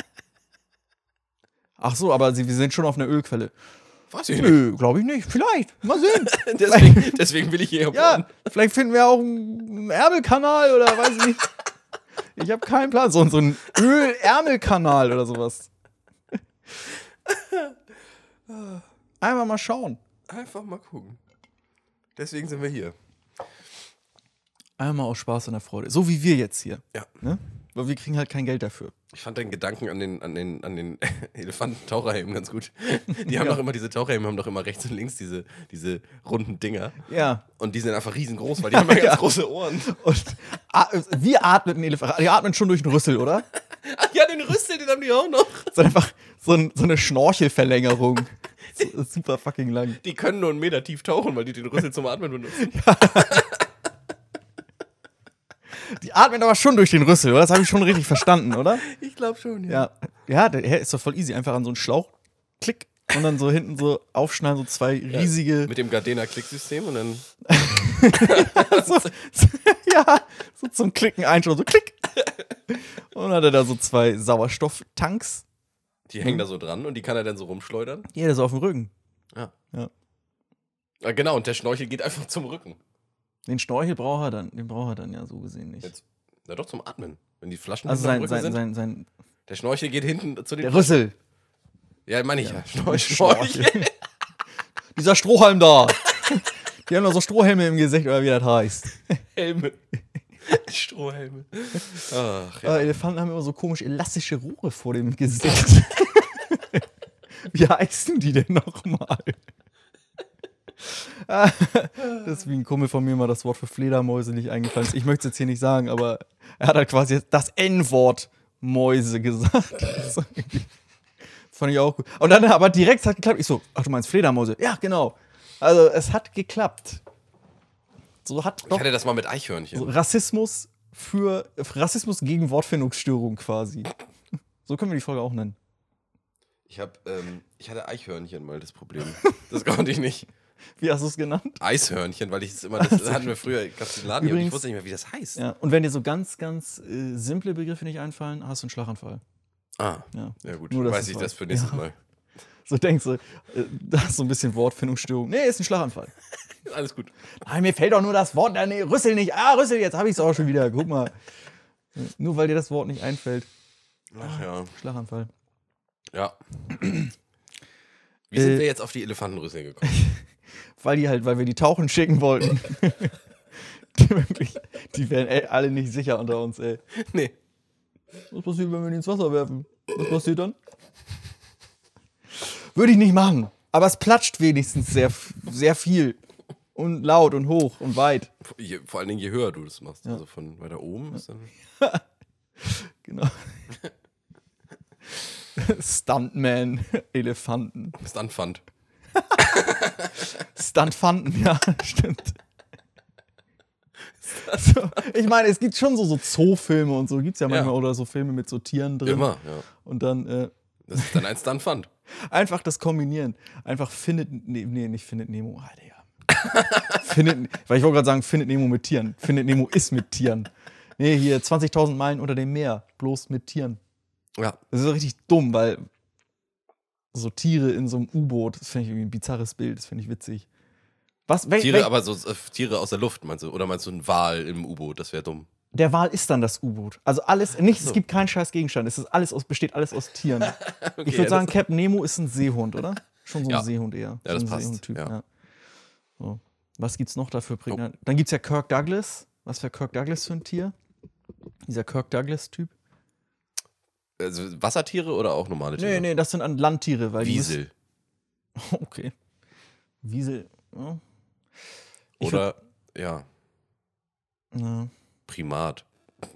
S1: Ach so, aber sie, wir sind schon auf einer Ölquelle.
S2: Weiß ich nicht.
S1: Nö, glaube ich nicht. Vielleicht. Mal sehen.
S2: Deswegen, deswegen will ich hier
S1: ja,
S2: wohnen.
S1: vielleicht finden wir auch einen Ärmelkanal oder weiß ich nicht. Ich habe keinen Plan. So, so einen Ölärmelkanal oder sowas. Einmal mal schauen.
S2: Einfach mal gucken. Deswegen sind wir hier.
S1: Einmal aus Spaß und der Freude. So wie wir jetzt hier.
S2: Ja.
S1: Ne? Weil wir kriegen halt kein Geld dafür.
S2: Ich fand deinen Gedanken an den, an den, an den Elefantentaucherhelmen ganz gut. Die haben doch immer diese Taucherhelme, haben doch immer rechts und links diese, diese runden Dinger.
S1: Ja.
S2: Und die sind einfach riesengroß, weil die haben ja ganz große Ohren.
S1: Und a- wie atmet ein Elefant? Die atmen schon durch den Rüssel, oder?
S2: Ach Ah, ja, den Rüssel, den haben die auch noch.
S1: So einfach so, ein, so eine Schnorchelverlängerung. So, super fucking lang.
S2: Die können nur einen Meter tief tauchen, weil die den Rüssel zum Atmen benutzen.
S1: Die atmen aber schon durch den Rüssel, oder? Das habe ich schon richtig verstanden, oder?
S2: Ich glaube schon,
S1: Ja. Ja, der- hä, ist doch voll easy. Einfach an so einen Schlauch, klick, und dann so hinten so aufschneiden, so zwei riesige.
S2: Mit dem Gardena-Klicksystem und dann.
S1: so, so, ja, so zum Klicken einschauen, so klick. Und dann hat er da so zwei Sauerstofftanks.
S2: Die hängen da so dran und die kann er dann so rumschleudern.
S1: Ja, der ist auf dem Rücken.
S2: Ja.
S1: Ja.
S2: Ah, genau, und der Schnorchel geht einfach zum Rücken.
S1: Den Schnorchel braucht er dann, den braucht er dann ja so gesehen nicht.
S2: Jetzt, na doch, zum Atmen. Wenn die Flaschen
S1: Also
S2: hinten am
S1: sein,
S2: Rücken
S1: sein,
S2: sind.
S1: sein, sein,
S2: der Schnorchel geht hinten zu den.
S1: Der Rüssel.
S2: ja, meine ich ja. Schnorchel. Schnorchel.
S1: Schnorchel. Dieser Strohhalm da. Die haben doch so Strohhelme im Gesicht, oder wie das heißt.
S2: Helme. Strohhelme. Ach, ja.
S1: Aber Äh, Elefanten haben immer so komisch elastische Rohre vor dem Gesicht. wie heißen die denn nochmal? Ah, das ist wie ein Kumpel von mir mal das Wort für Fledermäuse nicht eingefallen ist. Ich möchte es jetzt hier nicht sagen, aber er hat halt quasi jetzt das N-Wort Mäuse gesagt. Das fand ich auch gut. Und dann aber direkt hat geklappt. Ich so, ach du meinst Fledermäuse? Ja, genau. Also es hat geklappt. So hat
S2: Ich
S1: doch
S2: hatte das mal mit Eichhörnchen.
S1: so Rassismus für Rassismus gegen Wortfindungsstörung quasi. So können wir die Folge auch nennen.
S2: Ich, hab, ähm, ich hatte Eichhörnchen mal das Problem. Das konnte ich nicht.
S1: Wie hast du es genannt?
S2: Eishörnchen, weil ich es immer, das hatten wir früher, gab's den Laden hier und ich
S1: Übrigens-
S2: wusste nicht mehr, wie das heißt.
S1: Ja. Und wenn dir so ganz, ganz äh, simple Begriffe nicht einfallen, hast du einen Schlaganfall.
S2: Ah,
S1: Ja.
S2: ja gut,
S1: Nur, dass
S2: weiß
S1: es
S2: ich
S1: war.
S2: das für nächstes
S1: Ja.
S2: Mal.
S1: So denkst du, äh, da ist so ein bisschen Wortfindungsstörung. Nee, ist ein Schlaganfall.
S2: Alles gut.
S1: Nein, mir fällt doch nur das Wort, nee, Rüssel nicht. Ah, Rüssel, jetzt habe ich es auch schon wieder. Guck mal. Nur weil dir das Wort nicht einfällt.
S2: Ach ja.
S1: Schlaganfall.
S2: Ja. Wie sind
S1: Äh,
S2: wir jetzt auf die Elefantenrüssel gekommen?
S1: Weil die halt, weil wir die tauchen schicken wollten. die, wirklich, die wären ey, alle nicht sicher unter uns, ey.
S2: nee.
S1: Was passiert, wenn wir die ins Wasser werfen? Was passiert dann? Würde ich nicht machen. Aber es platscht wenigstens sehr, sehr viel. Und laut und hoch und weit.
S2: Je, vor allen Dingen, je höher du das machst. Also von weiter oben ist dann.
S1: Genau. Stuntman, Elefanten.
S2: Ist Anfand.
S1: Stuntfanten, ja, stimmt. So, ich meine, es gibt schon so, so Zoofilme und so, gibt es ja manchmal, oder so Filme mit so Tieren drin.
S2: Immer, ja.
S1: Und dann äh,
S2: Das ist dann ein Stuntfand.
S1: Einfach das kombinieren. Einfach findet. Nee, nee nicht findet Nemo. Ah, Digga. findet, weil ich wollte gerade sagen, findet Nemo mit Tieren. Findet Nemo ist mit Tieren. Nee, hier 20.000 Meilen unter dem Meer. Bloß mit Tieren.
S2: Ja.
S1: Das ist so richtig dumm, weil so Tiere in so einem U-Boot, das finde ich irgendwie ein bizarres Bild. Das finde ich witzig. Was, wel,
S2: Tiere,
S1: wel,
S2: aber so äh, Tiere aus der Luft, meinst du? Oder meinst du einen Wal im U-Boot? Das wäre dumm.
S1: der Wal ist dann das U-Boot. Also alles, nichts,
S2: So.
S1: es gibt keinen scheiß Gegenstand. Es ist alles aus, besteht alles aus Tieren.
S2: Okay,
S1: ich
S2: ja,
S1: würde sagen,
S2: das-
S1: Captain Nemo ist ein Seehund, oder? Schon so ein
S2: Ja.
S1: Seehund eher.
S2: Ja,
S1: so
S2: das
S1: ein
S2: passt,
S1: Seehundtyp,
S2: ja.
S1: So. Was gibt's noch dafür? prägnant? Dann gibt's ja Kirk Douglas. Was wäre Kirk Douglas für ein Tier? Dieser Kirk Douglas-Typ?
S2: also Wassertiere oder auch normale
S1: Nee,
S2: Tiere?
S1: nee, das sind an- Landtiere. Weil die
S2: Wiesel.
S1: müssen- Okay. Wiesel. Ja. Ich
S2: Oder, ja,
S1: Ja.
S2: Primat.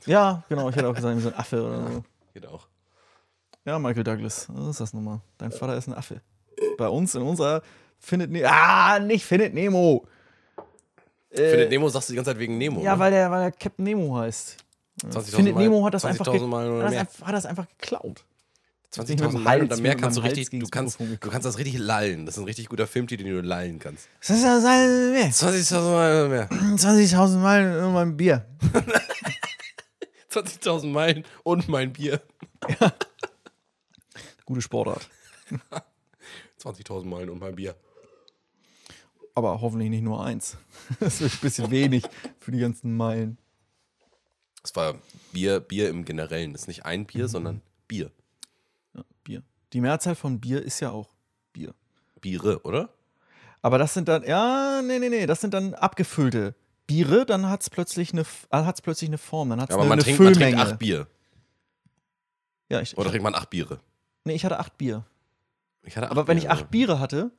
S1: ja, genau. Ich hätte auch gesagt, so ein Affe oder so.
S2: Geht auch.
S1: Ja, Michael Douglas. Was ist das nochmal? Dein Vater ist ein Affe. Bei uns in unserer findet Nemo. Ah, nicht findet Nemo. Äh,
S2: Findet Nemo, sagst du die ganze Zeit wegen Nemo.
S1: Ja,
S2: ne?
S1: weil der, weil der Captain Nemo heißt. Findet Nemo hat das einfach, ge-
S2: 20.000 Mal oder
S1: hat das
S2: mehr.
S1: einfach, hat das einfach geklaut. mit dem
S2: 20.000 Mal
S1: Hals,
S2: und dann
S1: mit
S2: mehr
S1: meinem
S2: kannst du
S1: Hals
S2: richtig,
S1: gegen's
S2: du kannst,
S1: Mikrofon
S2: du kannst das richtig lallen. Das ist ein richtig guter Filmtitel, den du lallen kannst.
S1: Das ist ja sein-
S2: 20.000 Meilen oder mehr.
S1: 20.000 Mal in meinem Bier.
S2: 20.000 Meilen und mein Bier.
S1: Gute Sportart.
S2: 20.000 Meilen und mein Bier.
S1: Aber hoffentlich nicht nur eins. Das ist ein bisschen wenig für die ganzen Meilen.
S2: Das war Bier, Bier im Generellen. Das ist nicht ein
S1: Mhm.
S2: Bier, sondern Bier.
S1: Ja, Bier. Die Mehrzahl von Bier ist ja auch Bier.
S2: Biere, oder?
S1: Aber das sind dann, ja, nee, nee, nee, das sind dann abgefüllte Biere, dann hat es plötzlich, eine F- äh, hat's plötzlich eine Form, dann hat es
S2: Aber
S1: eine,
S2: man,
S1: eine
S2: trinkt, man
S1: Füllmenge.
S2: trinkt acht Bier.
S1: Ja, ich,
S2: Oder trinkt man acht Biere?
S1: nee, ich hatte acht Bier.
S2: Ich hatte acht
S1: Aber wenn ich
S2: Biere.
S1: acht Biere hatte,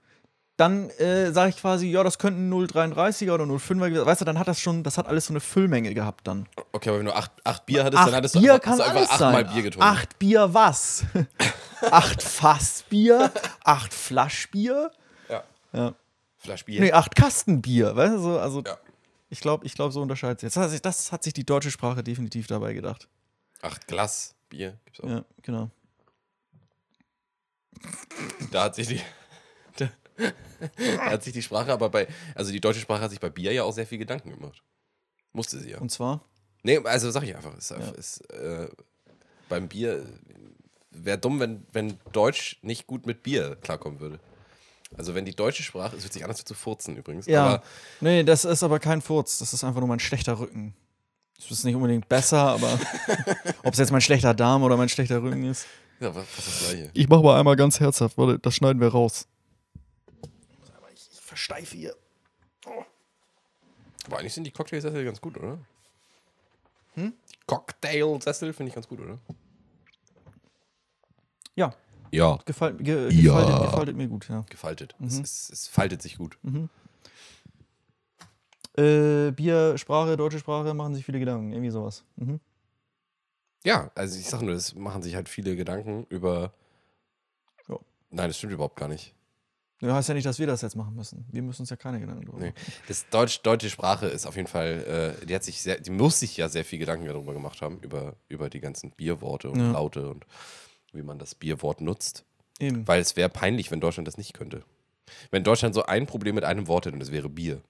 S1: dann äh, sage ich quasi, ja, das könnten 0,33er oder 0,5er gewesen Weißt du, dann hat das schon, das hat alles so eine Füllmenge gehabt dann.
S2: Okay, aber wenn du acht, acht Bier hattest, dann
S1: acht
S2: hattest
S1: Bier
S2: du einfach,
S1: kann
S2: hast du einfach
S1: alles
S2: achtmal
S1: sein.
S2: Bier getrunken.
S1: Acht Bier was? acht Fassbier, acht Flaschbier,
S2: Ja.
S1: ja.
S2: Flaschbier.
S1: nee, acht Kastenbier, weißt du? so, Also
S2: Ja.
S1: ich glaube, ich glaub, so unterscheidet sich. Das, hat sich- das hat sich die deutsche Sprache definitiv dabei gedacht.
S2: Acht Glas Bier gibt's auch.
S1: Ja, genau.
S2: Da hat sich die. Da, da hat sich die Sprache aber bei. Also die deutsche Sprache hat sich bei Bier ja auch sehr viel Gedanken gemacht. Musste sie ja.
S1: Und zwar,
S2: Nee, also sag ich einfach. Ist, ist, äh, beim Bier wäre dumm, wenn, wenn Deutsch nicht gut mit Bier klarkommen würde. Also wenn die deutsche Sprache, es hört sich anders zu furzen übrigens,
S1: ja.
S2: aber
S1: nee, das ist aber kein Furz. Das ist einfach nur mein schlechter Rücken. Das ist nicht unbedingt besser, aber ob es jetzt mein schlechter Darm oder mein schlechter Rücken ist.
S2: ja, was was ist das gleiche?
S1: Ich mache mal einmal ganz herzhaft. Warte, das schneiden wir raus. Ich, ich versteife hier.
S2: Aber eigentlich sind die Cocktailsessel ganz gut, oder?
S1: Hm?
S2: Die Cocktailsessel finde ich ganz gut, oder?
S1: Ja,
S2: Ja.
S1: gefällt, ge,
S2: Ja.
S1: gefaltet, gefaltet mir gut, ja.
S2: Gefaltet. Es, es, es faltet sich gut.
S1: Mhm. Äh, Bier, Sprache, deutsche Sprache machen sich viele Gedanken. Irgendwie sowas. Mhm.
S2: Ja, also ich sag nur, es machen sich halt viele Gedanken über.
S1: Ja.
S2: Nein, das stimmt überhaupt gar nicht.
S1: Das heißt ja nicht, dass wir das jetzt machen müssen. Wir müssen uns ja keine Gedanken drüber
S2: Nee.
S1: machen.
S2: Das Deutsch, deutsche Sprache ist auf jeden Fall, äh, die hat sich sehr, die muss sich ja sehr viel Gedanken darüber gemacht haben, über, über die ganzen Bierworte und
S1: Ja.
S2: Laute und wie man das Bierwort nutzt.
S1: Eben.
S2: Weil es wäre peinlich, wenn Deutschland das nicht könnte. Wenn Deutschland so ein Problem mit einem Wort hätte und es wäre Bier.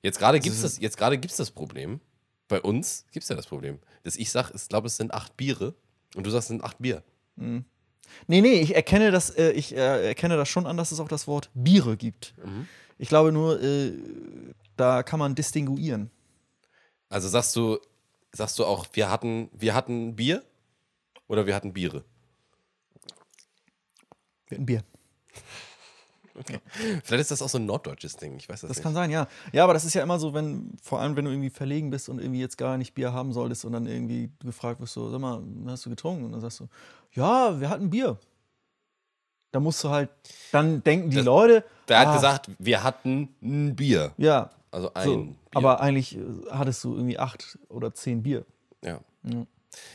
S2: Jetzt
S1: Also
S2: gerade gibt es das, jetzt gerade gibt's das Problem. Bei uns gibt es ja das Problem. Dass ich sage, ich glaube, es sind acht Biere und du sagst, es sind acht Bier.
S1: Nee, nee, ich erkenne das, äh, ich äh, erkenne das schon an, dass es auch das Wort Biere gibt.
S2: Mhm.
S1: Ich glaube nur, äh, da kann man distinguieren.
S2: Also sagst du, sagst du auch, wir hatten, wir hatten Bier oder wir hatten Biere?
S1: Wir hatten Bier.
S2: Vielleicht ist das auch so ein norddeutsches Ding, ich weiß das,
S1: Das
S2: nicht.
S1: kann sein, ja. Ja, aber das ist ja immer so, wenn, vor allem wenn du irgendwie verlegen bist und irgendwie jetzt gar nicht Bier haben solltest und dann irgendwie gefragt wirst, so, sag mal, hast du getrunken? Und dann sagst du, ja, wir hatten Bier. Da musst du halt, dann denken die
S2: Das-
S1: Leute.
S2: Der hat
S1: ah,
S2: gesagt, wir hatten ein Bier.
S1: Ja.
S2: Also ein
S1: So,
S2: Bier.
S1: aber eigentlich äh, hattest du irgendwie acht oder zehn Bier.
S2: ja.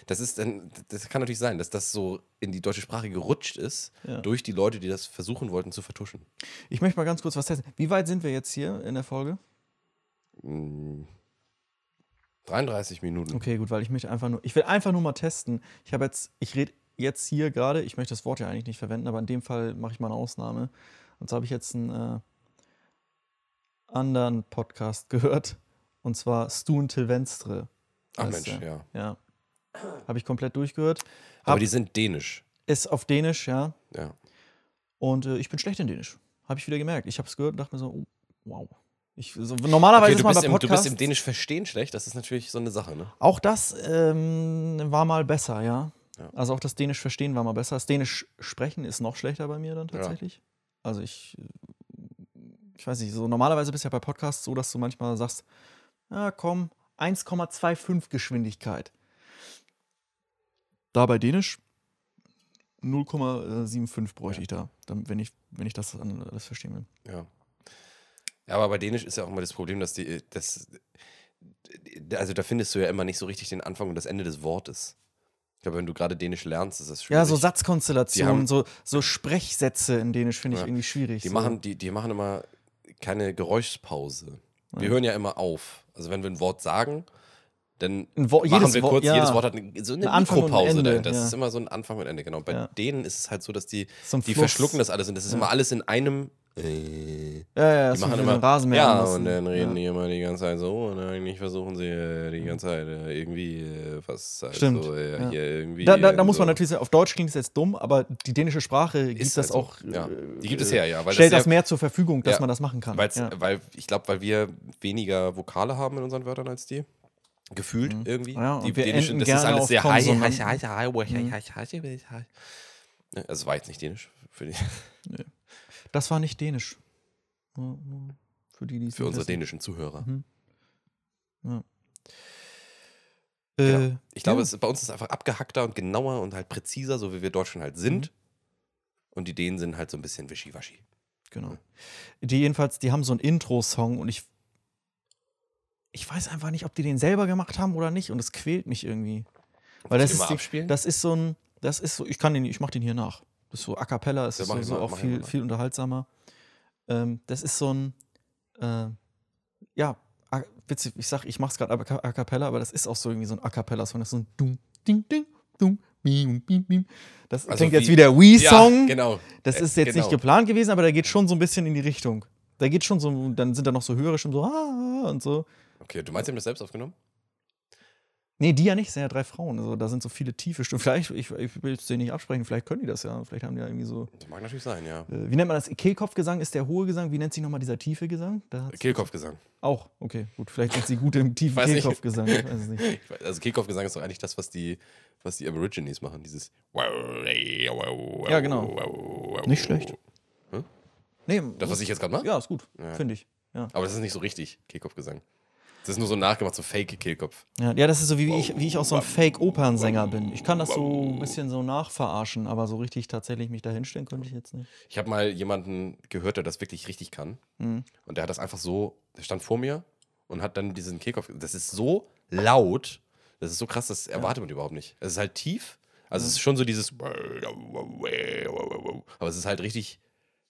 S2: Das ist dann, das kann natürlich sein, dass das so in die deutsche Sprache gerutscht ist,
S1: Ja.
S2: durch die Leute, die das versuchen wollten zu vertuschen.
S1: Ich möchte mal ganz kurz was testen. Wie weit sind wir jetzt hier in der Folge?
S2: 33 Hm. Minuten.
S1: Okay, gut, weil ich möchte einfach nur, ich will einfach nur mal testen. Ich habe jetzt, ich rede jetzt hier gerade, ich möchte das Wort ja eigentlich nicht verwenden, aber in dem Fall mache ich mal eine Ausnahme. Und zwar habe ich jetzt einen äh, anderen Podcast gehört, und zwar Stu und Till Venstre.
S2: Ach
S1: heißt
S2: Mensch, ja.
S1: er. Ja. Habe ich komplett durchgehört.
S2: Aber
S1: Hab-
S2: die sind dänisch.
S1: Ist auf Dänisch, ja.
S2: Ja.
S1: Und äh, ich bin schlecht in Dänisch. Habe ich wieder gemerkt. Ich habe es gehört und dachte mir so, oh, wow. Ich, so, normalerweise
S2: Okay, du,
S1: ist man
S2: bist
S1: bei
S2: im, du bist
S1: Podcasts,
S2: im Dänisch verstehen schlecht, das ist natürlich so eine Sache, ne?
S1: Auch das ähm, war mal besser, ja?
S2: Ja.
S1: Also auch das Dänisch verstehen war mal besser. Das Dänisch sprechen ist noch schlechter bei mir dann tatsächlich. Also ich, ich weiß nicht, so normalerweise bist du ja bei Podcasts so, dass du manchmal sagst, ja komm, 1,25 Geschwindigkeit. Da bei Dänisch 0,75 bräuchte ich da, dann, wenn, ich, wenn ich das an- alles verstehen will.
S2: Ja. Ja, aber bei Dänisch ist ja auch immer das Problem, dass die, äh, das, also da findest du ja immer nicht so richtig den Anfang und das Ende des Wortes. Ich glaube, wenn du gerade Dänisch lernst, ist das schwierig.
S1: Ja, so
S2: Die
S1: Satzkonstellationen,
S2: haben-
S1: so, so Sprechsätze in Dänisch finde ich
S2: Ja.
S1: irgendwie schwierig.
S2: Die
S1: so.
S2: machen, die, die machen immer keine Geräuschpause. Wir hören ja immer auf. Also wenn wir ein Wort sagen, dann
S1: Ein Wo-
S2: machen
S1: jedes
S2: wir
S1: Wo-
S2: kurz,
S1: ja.
S2: jedes Wort hat eine, so eine
S1: Ein Anfang und ein
S2: Mikropause
S1: Ende,
S2: dahinter. Das
S1: ja.
S2: ist immer so ein Anfang und Ende, genau. Bei
S1: Ja.
S2: denen ist es halt so, dass die,
S1: So ein
S2: die
S1: Fluss.
S2: verschlucken das alles und das ist immer alles in einem. Äh,
S1: Ja, ja, das
S2: die
S1: ist
S2: machen
S1: wie so
S2: immer
S1: ein Rasenmäher.
S2: Ja,
S1: anlassen.
S2: und dann reden
S1: Ja.
S2: die immer die ganze Zeit so und eigentlich versuchen sie äh, die ganze Zeit äh, irgendwie äh, was halt
S1: Stimmt,
S2: so äh,
S1: ja.
S2: hier irgendwie.
S1: Da, da, da
S2: äh,
S1: muss man
S2: so.
S1: natürlich sagen, auf Deutsch klingt es jetzt dumm, aber die dänische Sprache gibt
S2: Ist
S1: das
S2: halt so.
S1: auch.
S2: Ja.
S1: äh,
S2: Die gibt es her, ja. Weil
S1: stellt
S2: das
S1: das
S2: sehr-
S1: mehr zur Verfügung, dass
S2: Ja.
S1: man das machen kann.
S2: Weil's, äh,
S1: ja.
S2: Weil ich glaube, weil wir weniger Vokale haben in unseren Wörtern als die. Gefühlt irgendwie.
S1: Mhm. Ja, und
S2: die
S1: wir
S2: dänischen,
S1: enden
S2: das ist
S1: gerne
S2: alles
S1: auf
S2: sehr high, high,
S1: Konsonanten. Mhm.
S2: high, high, high, high, high, high. Ne, Also war jetzt nicht dänisch. Für, die,
S1: Das war nicht dänisch. Ja, ja. Für die, die es
S2: für
S1: nicht
S2: unsere
S1: wissen.
S2: dänischen
S1: Mhm.
S2: Zuhörer.
S1: Äh,
S2: Genau. Ich glaube,
S1: ja.
S2: es, bei uns ist es einfach abgehackter und genauer und halt präziser, so wie wir Deutschen halt sind.
S1: Mhm.
S2: Und die Dänen sind halt so ein bisschen wischiwaschi.
S1: Genau. Die jedenfalls, die haben so einen Intro-Song und ich. Ich weiß einfach nicht, ob die den selber gemacht haben oder nicht und das quält mich irgendwie. Weil das
S2: den mal
S1: ist, die,
S2: abspielen?
S1: das ist so ein. Das ist so, ich kann den, ich mach den hier nach. Das ist so a cappella, ist
S2: Ja,
S1: so,
S2: mach ihn
S1: so
S2: mal,
S1: auch
S2: mach ihn mal
S1: viel,
S2: nach.
S1: viel unterhaltsamer. Ähm, das ist so ein. Äh, ja, a, witzig, ich sag, ich mach's gerade a, ca- a cappella, aber das ist auch so irgendwie so ein a cappella-Song. Das ist so ein Dum, Ding, Ding, Dum, Bim, Bim, Bim. Das
S2: Also
S1: klingt jetzt
S2: wie-
S1: wie der Wii-Song.
S2: Ja, genau.
S1: Das
S2: Äh,
S1: ist jetzt
S2: genau.
S1: nicht geplant gewesen, aber da geht schon so ein bisschen in die Richtung. Da geht schon so, dann sind da noch so höhere Stimmen, so ah, und so.
S2: Okay, du meinst, sie haben das selbst aufgenommen?
S1: Nee, die ja nicht, sind ja drei Frauen. Also da sind so viele tiefe Stimmen. Vielleicht, ich, ich will es denen nicht absprechen, vielleicht können die das ja. Vielleicht haben die ja irgendwie so.
S2: Das mag natürlich sein, ja.
S1: Äh, wie nennt man das? Kehlkopfgesang ist der hohe Gesang. Wie nennt sich nochmal dieser tiefe Gesang? Da hat's-
S2: Kehlkopfgesang.
S1: Auch, okay, gut. Vielleicht sind sie gut im tiefen
S2: Weiß nicht.
S1: Kehlkopfgesang. Ich weiß es nicht.
S2: Ich weiß, Also Kehlkopfgesang ist doch eigentlich das, was die, was die Aborigines machen. Dieses Ja,
S1: Ja, genau. Nicht schlecht. Nee,
S2: Hm? Das, was ich jetzt gerade mache?
S1: ja, ist gut,
S2: Ja.
S1: finde ich. Ja.
S2: Aber das ist nicht so richtig Kehlkopfgesang. Das ist nur so nachgemacht, so fake Kehlkopf.
S1: Ja, ja, das ist so, wie ich, wie ich auch so ein Fake-Opernsänger bin. Ich kann das so ein bisschen so nachverarschen, aber so richtig tatsächlich mich da hinstellen könnte ich jetzt nicht.
S2: Ich habe mal jemanden gehört, der das wirklich richtig kann.
S1: Mhm.
S2: Und der hat das einfach so, der stand vor mir und hat dann diesen Kehlkopf. Das ist so laut, das ist so krass, das erwartet man überhaupt nicht. Es ist halt tief, also
S1: Mhm.
S2: es ist schon so dieses. Aber es ist halt richtig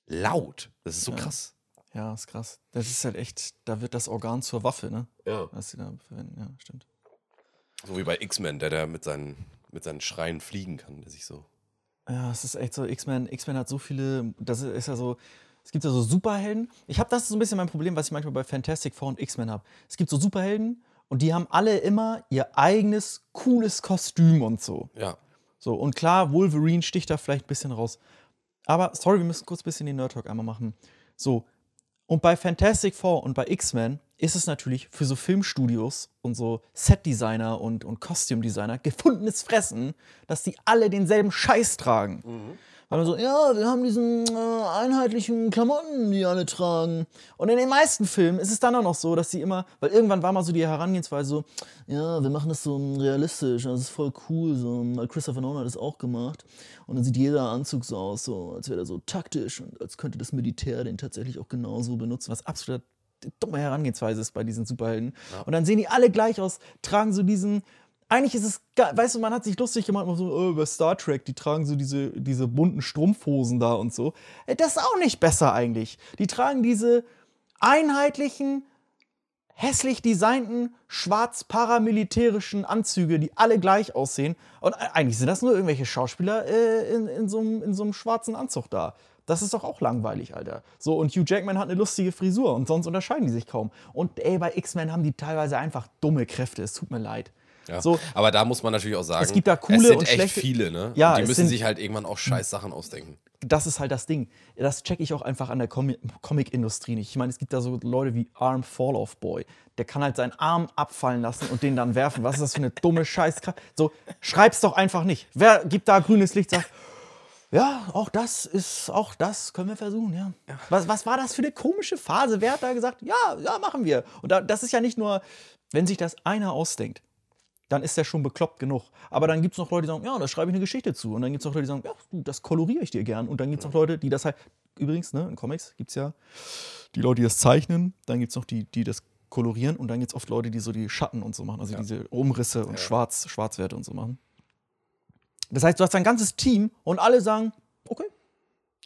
S2: laut. Das ist so krass.
S1: Ja, ist krass. Das ist halt echt, da wird das Organ zur Waffe, ne?
S2: Ja.
S1: Was sie da verwenden, ja, stimmt.
S2: So wie bei X-Men, der da mit seinen, mit seinen Schreien fliegen kann, der sich so.
S1: Ja, es ist echt so, X-Men, X-Men hat so viele, das ist ja so, es gibt ja so Superhelden. Ich habe das ist so ein bisschen mein Problem, was ich manchmal bei Fantastic Four und X-Men habe. Es gibt so Superhelden und die haben alle immer ihr eigenes cooles Kostüm und so.
S2: Ja.
S1: So, und klar, Wolverine sticht da vielleicht ein bisschen raus. Aber, sorry, wir müssen kurz ein bisschen den Nerd Talk einmal machen. So, und bei Fantastic Four und bei X-Men ist es natürlich für so Filmstudios und so Setdesigner und, und Costume-Designer gefundenes Fressen, dass die alle denselben Scheiß tragen. Weil man so, ja, wir haben diesen äh, einheitlichen Klamotten, die alle tragen. Und in den meisten Filmen ist es dann auch noch so, dass sie immer, weil irgendwann war mal so die Herangehensweise so, ja, wir machen das so realistisch, das ist voll cool, so, weil Christopher Nolan hat das auch gemacht. Und dann sieht jeder Anzug so aus, so, als wäre der so taktisch und als könnte das Militär den tatsächlich auch genauso benutzen, was absoluter dumme Herangehensweise ist bei diesen Superhelden. Und dann sehen die alle gleich aus, tragen so diesen. Eigentlich ist es, ge- weißt du, man hat sich lustig gemacht, immer so, oh, über Star Trek, die tragen so diese, diese bunten Strumpfhosen da und so. Äh, Das ist auch nicht besser eigentlich. Die tragen diese einheitlichen, hässlich designten, schwarz-paramilitärischen Anzüge, die alle gleich aussehen. Und e- eigentlich sind das nur irgendwelche Schauspieler äh, in, in, so einem, in so einem schwarzen Anzug da. Das ist doch auch langweilig, Alter. So, und Hugh Jackman hat eine lustige Frisur und sonst unterscheiden die sich kaum. Und ey, bei X-Men haben die teilweise einfach dumme Kräfte. Es tut mir leid.
S2: Ja.
S1: So,
S2: aber da muss man natürlich auch sagen,
S1: Es gibt da coole
S2: es sind
S1: und
S2: echt
S1: schlechte-
S2: viele, ne?
S1: Ja,
S2: und die
S1: es
S2: müssen
S1: sind-
S2: sich halt irgendwann auch scheiß Sachen ausdenken.
S1: das ist halt das Ding. Das checke ich auch einfach an der Comi Comic-Industrie nicht. Ich meine, es gibt da so Leute wie Arm Fall-Off Boy. Der kann halt seinen Arm abfallen lassen und den dann werfen. Was ist das für eine dumme Scheißkraft? So, schreib's doch einfach nicht. Wer gibt da grünes Licht, sagt, ja, auch das ist, auch das können wir versuchen, ja. Was, was war das für eine komische Phase? Wer hat da gesagt, ja, ja, machen wir? Und da, das ist ja nicht nur, wenn sich das einer ausdenkt, dann ist der schon bekloppt genug. Aber dann gibt es noch Leute, die sagen, ja, da schreibe ich eine Geschichte zu. Und dann gibt es noch Leute, die sagen, ja, du, das koloriere ich dir gern. Und dann gibt es noch Leute, die das halt, übrigens, ne, in Comics gibt es ja die Leute, die das zeichnen, dann gibt es noch die, die das kolorieren und dann gibt es oft Leute, die so die Schatten und so machen, also diese Umrisse und Schwarz, Schwarzwerte und so machen. Das heißt, du hast ein ganzes Team und alle sagen, okay.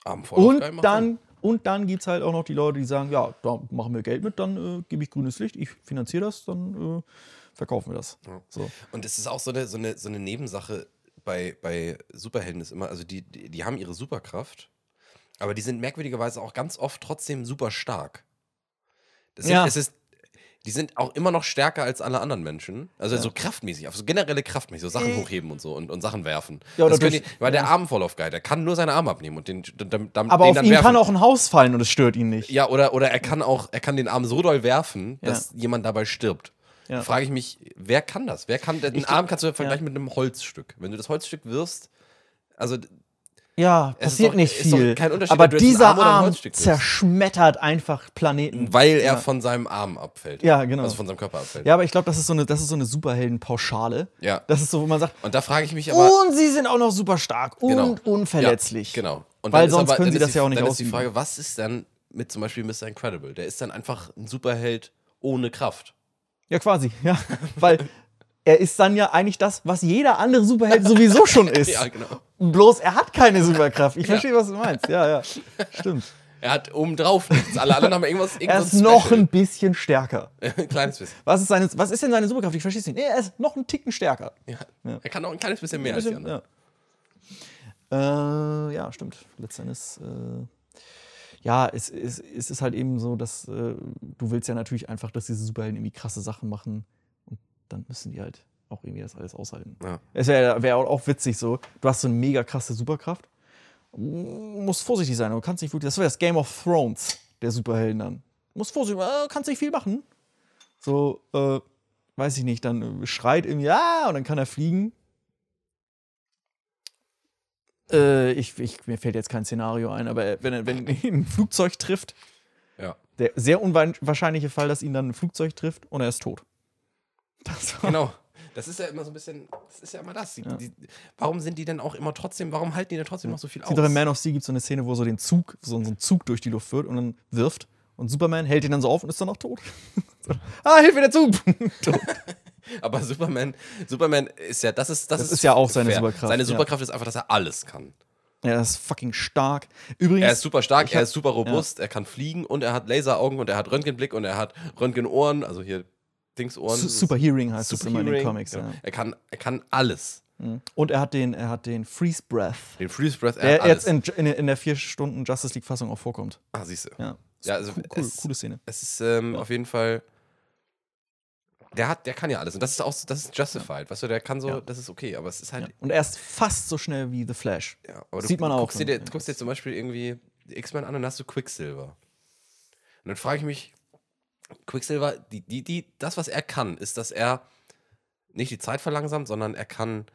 S2: Abend vor
S1: Und
S2: Aufgaben machen.
S1: dann, und dann gibt es halt auch noch die Leute, die sagen, ja, da machen wir Geld mit, dann äh, gebe ich grünes Licht, ich finanziere das, dann äh, verkaufen wir das.
S2: Ja.
S1: So.
S2: Und es ist auch so eine, so eine, so eine Nebensache bei, bei Superhelden ist immer, also die, die, die haben ihre Superkraft, aber die sind merkwürdigerweise auch ganz oft trotzdem super stark. Das sind,
S1: Ja.
S2: es ist, die sind auch immer noch stärker als alle anderen Menschen. Also
S1: Ja.
S2: so kraftmäßig, auf so generelle kraftmäßig, so Sachen hochheben und so und, und Sachen werfen.
S1: Ja, oder
S2: das können
S1: durch-
S2: die, weil der Armvorlauf-Guy, der kann nur seinen Arm abnehmen und den, dann, dann, dann
S1: Aber
S2: den
S1: auf
S2: dann
S1: ihn
S2: werfen.
S1: kann auch ein Haus fallen und es stört ihn nicht.
S2: Ja, oder, oder er kann auch, er kann den Arm so doll werfen,
S1: Ja.
S2: dass jemand dabei stirbt.
S1: Ja.
S2: Da frage ich mich, wer kann das? Wer kann, den
S1: Ich-
S2: Arm kannst du ja vergleichen mit einem Holzstück. Wenn du das Holzstück wirfst, also
S1: Ja,
S2: Es ist
S1: passiert
S2: doch-
S1: nicht
S2: ist doch
S1: viel.
S2: kein Unterschied,
S1: aber
S2: ob du jetzt einen
S1: dieser
S2: Arm oder ein
S1: Arm
S2: Holzstück bist.
S1: zerschmettert einfach Planeten.
S2: weil er
S1: Ja.
S2: von seinem Arm abfällt.
S1: Ja, genau.
S2: Also von seinem Körper abfällt.
S1: Ja, aber ich glaube, das ist so eine, das ist so eine Superheldenpauschale.
S2: Ja.
S1: Das ist so, wo man sagt,
S2: Und da frage ich mich aber.
S1: und sie sind auch noch super stark und
S2: genau.
S1: unverletzlich.
S2: Ja, genau. Und
S1: Weil
S2: dann ist
S1: sonst
S2: aber-
S1: können
S2: dann
S1: sie
S2: ist
S1: das
S2: die,
S1: ja auch nicht
S2: Dann ist die
S1: ausüben.
S2: Frage, was ist dann mit zum Beispiel Mr. Incredible? Der ist dann einfach ein Superheld ohne Kraft.
S1: Ja, quasi. Ja, weil er ist dann ja eigentlich das, was jeder andere Superheld sowieso schon ist.
S2: Ja, genau.
S1: Bloß er hat keine Superkraft. Ich verstehe, was du meinst. Ja, ja. Stimmt.
S2: Er hat obendrauf nichts. Alle anderen haben irgendwas.
S1: Er
S2: irgendwas
S1: ist noch
S2: Special.
S1: ein bisschen stärker.
S2: ein kleines bisschen.
S1: Was ist, seine, was ist denn seine Superkraft? Ich verstehe es nicht. Nee, er ist noch einen Ticken stärker.
S2: Ja. Er kann auch ein kleines bisschen mehr als die anderen.
S1: ja. Äh, ja, stimmt. Letztendlich. Äh, ja, es, es, es ist halt eben so, dass äh, du willst ja natürlich einfach, dass diese Superhelden irgendwie krasse Sachen machen und dann müssen die halt auch irgendwie das alles aushalten.
S2: Ja.
S1: Es wäre wär auch- auch witzig so, du hast so eine mega krasse Superkraft, m- musst vorsichtig sein, du kannst nicht wirklich, das wäre das Game of Thrones der Superhelden dann. Musst vorsichtig, äh, kannst nicht viel machen. So, äh, weiß ich nicht, dann äh, schreit irgendwie, ah, und dann kann er fliegen. Äh, ich, ich, mir fällt jetzt kein Szenario ein, aber wenn, er- wenn ihn ein Flugzeug trifft,
S2: Ja.
S1: der sehr unwahrscheinliche Fall, dass ihn dann ein Flugzeug trifft und er ist tot. Das war,
S2: Genau. Das ist ja immer so ein bisschen, das ist ja immer das. Die,
S1: Ja.
S2: die, warum sind die denn auch immer trotzdem, warum halten die denn trotzdem noch so viel
S1: Es
S2: aus?
S1: gibt doch in Man of Steel gibt so eine Szene, wo er so den Zug, so so einen Zug durch die Luft wird und dann wirft. Und Superman hält ihn dann so auf und ist dann auch tot. So, ah, hilf mir der Zug!
S2: Aber Superman, Superman ist ja, das ist, das,
S1: Das ist ja auch seine Superkraft,
S2: Seine
S1: ja.
S2: Superkraft ist einfach, dass er alles kann.
S1: ja, das ist fucking stark. Übrigens,
S2: Er ist super stark,
S1: hab-
S2: er ist super robust, er kann fliegen und er hat Laseraugen und er hat Röntgenblick und er hat Röntgenohren, also hier Dingsohren.
S1: Su- Super Hearing heißt es
S2: Super
S1: immer in den
S2: Hearing.
S1: Comics.
S2: Genau.
S1: Ja.
S2: Er kann, er kann alles.
S1: Und er hat den, er hat den Freeze Breath,
S2: Den Freeze Breath, er
S1: der
S2: hat alles.
S1: jetzt in, in, in der vier Stunden Justice League Fassung auch vorkommt.
S2: ah, siehst du.
S1: Ja,
S2: Ja, also
S1: cool, cool,
S2: es,
S1: coole Szene.
S2: Es ist ähm, auf jeden Fall. Der hat, der kann ja alles. Und das ist auch, so- das ist justified. Weißt du, der kann so,
S1: Ja.
S2: das ist okay, aber es ist halt.
S1: Und er ist fast so schnell wie The Flash.
S2: Ja. aber du
S1: Sieht man auch
S2: Guckst dir,
S1: so.
S2: dir- guckst dir zum Beispiel irgendwie die X-Men an und dann hast du Quicksilver. Und dann frage ich mich, Quicksilver, die, die, die, das, was er kann, ist, dass er nicht die Zeit verlangsamt, sondern er kann.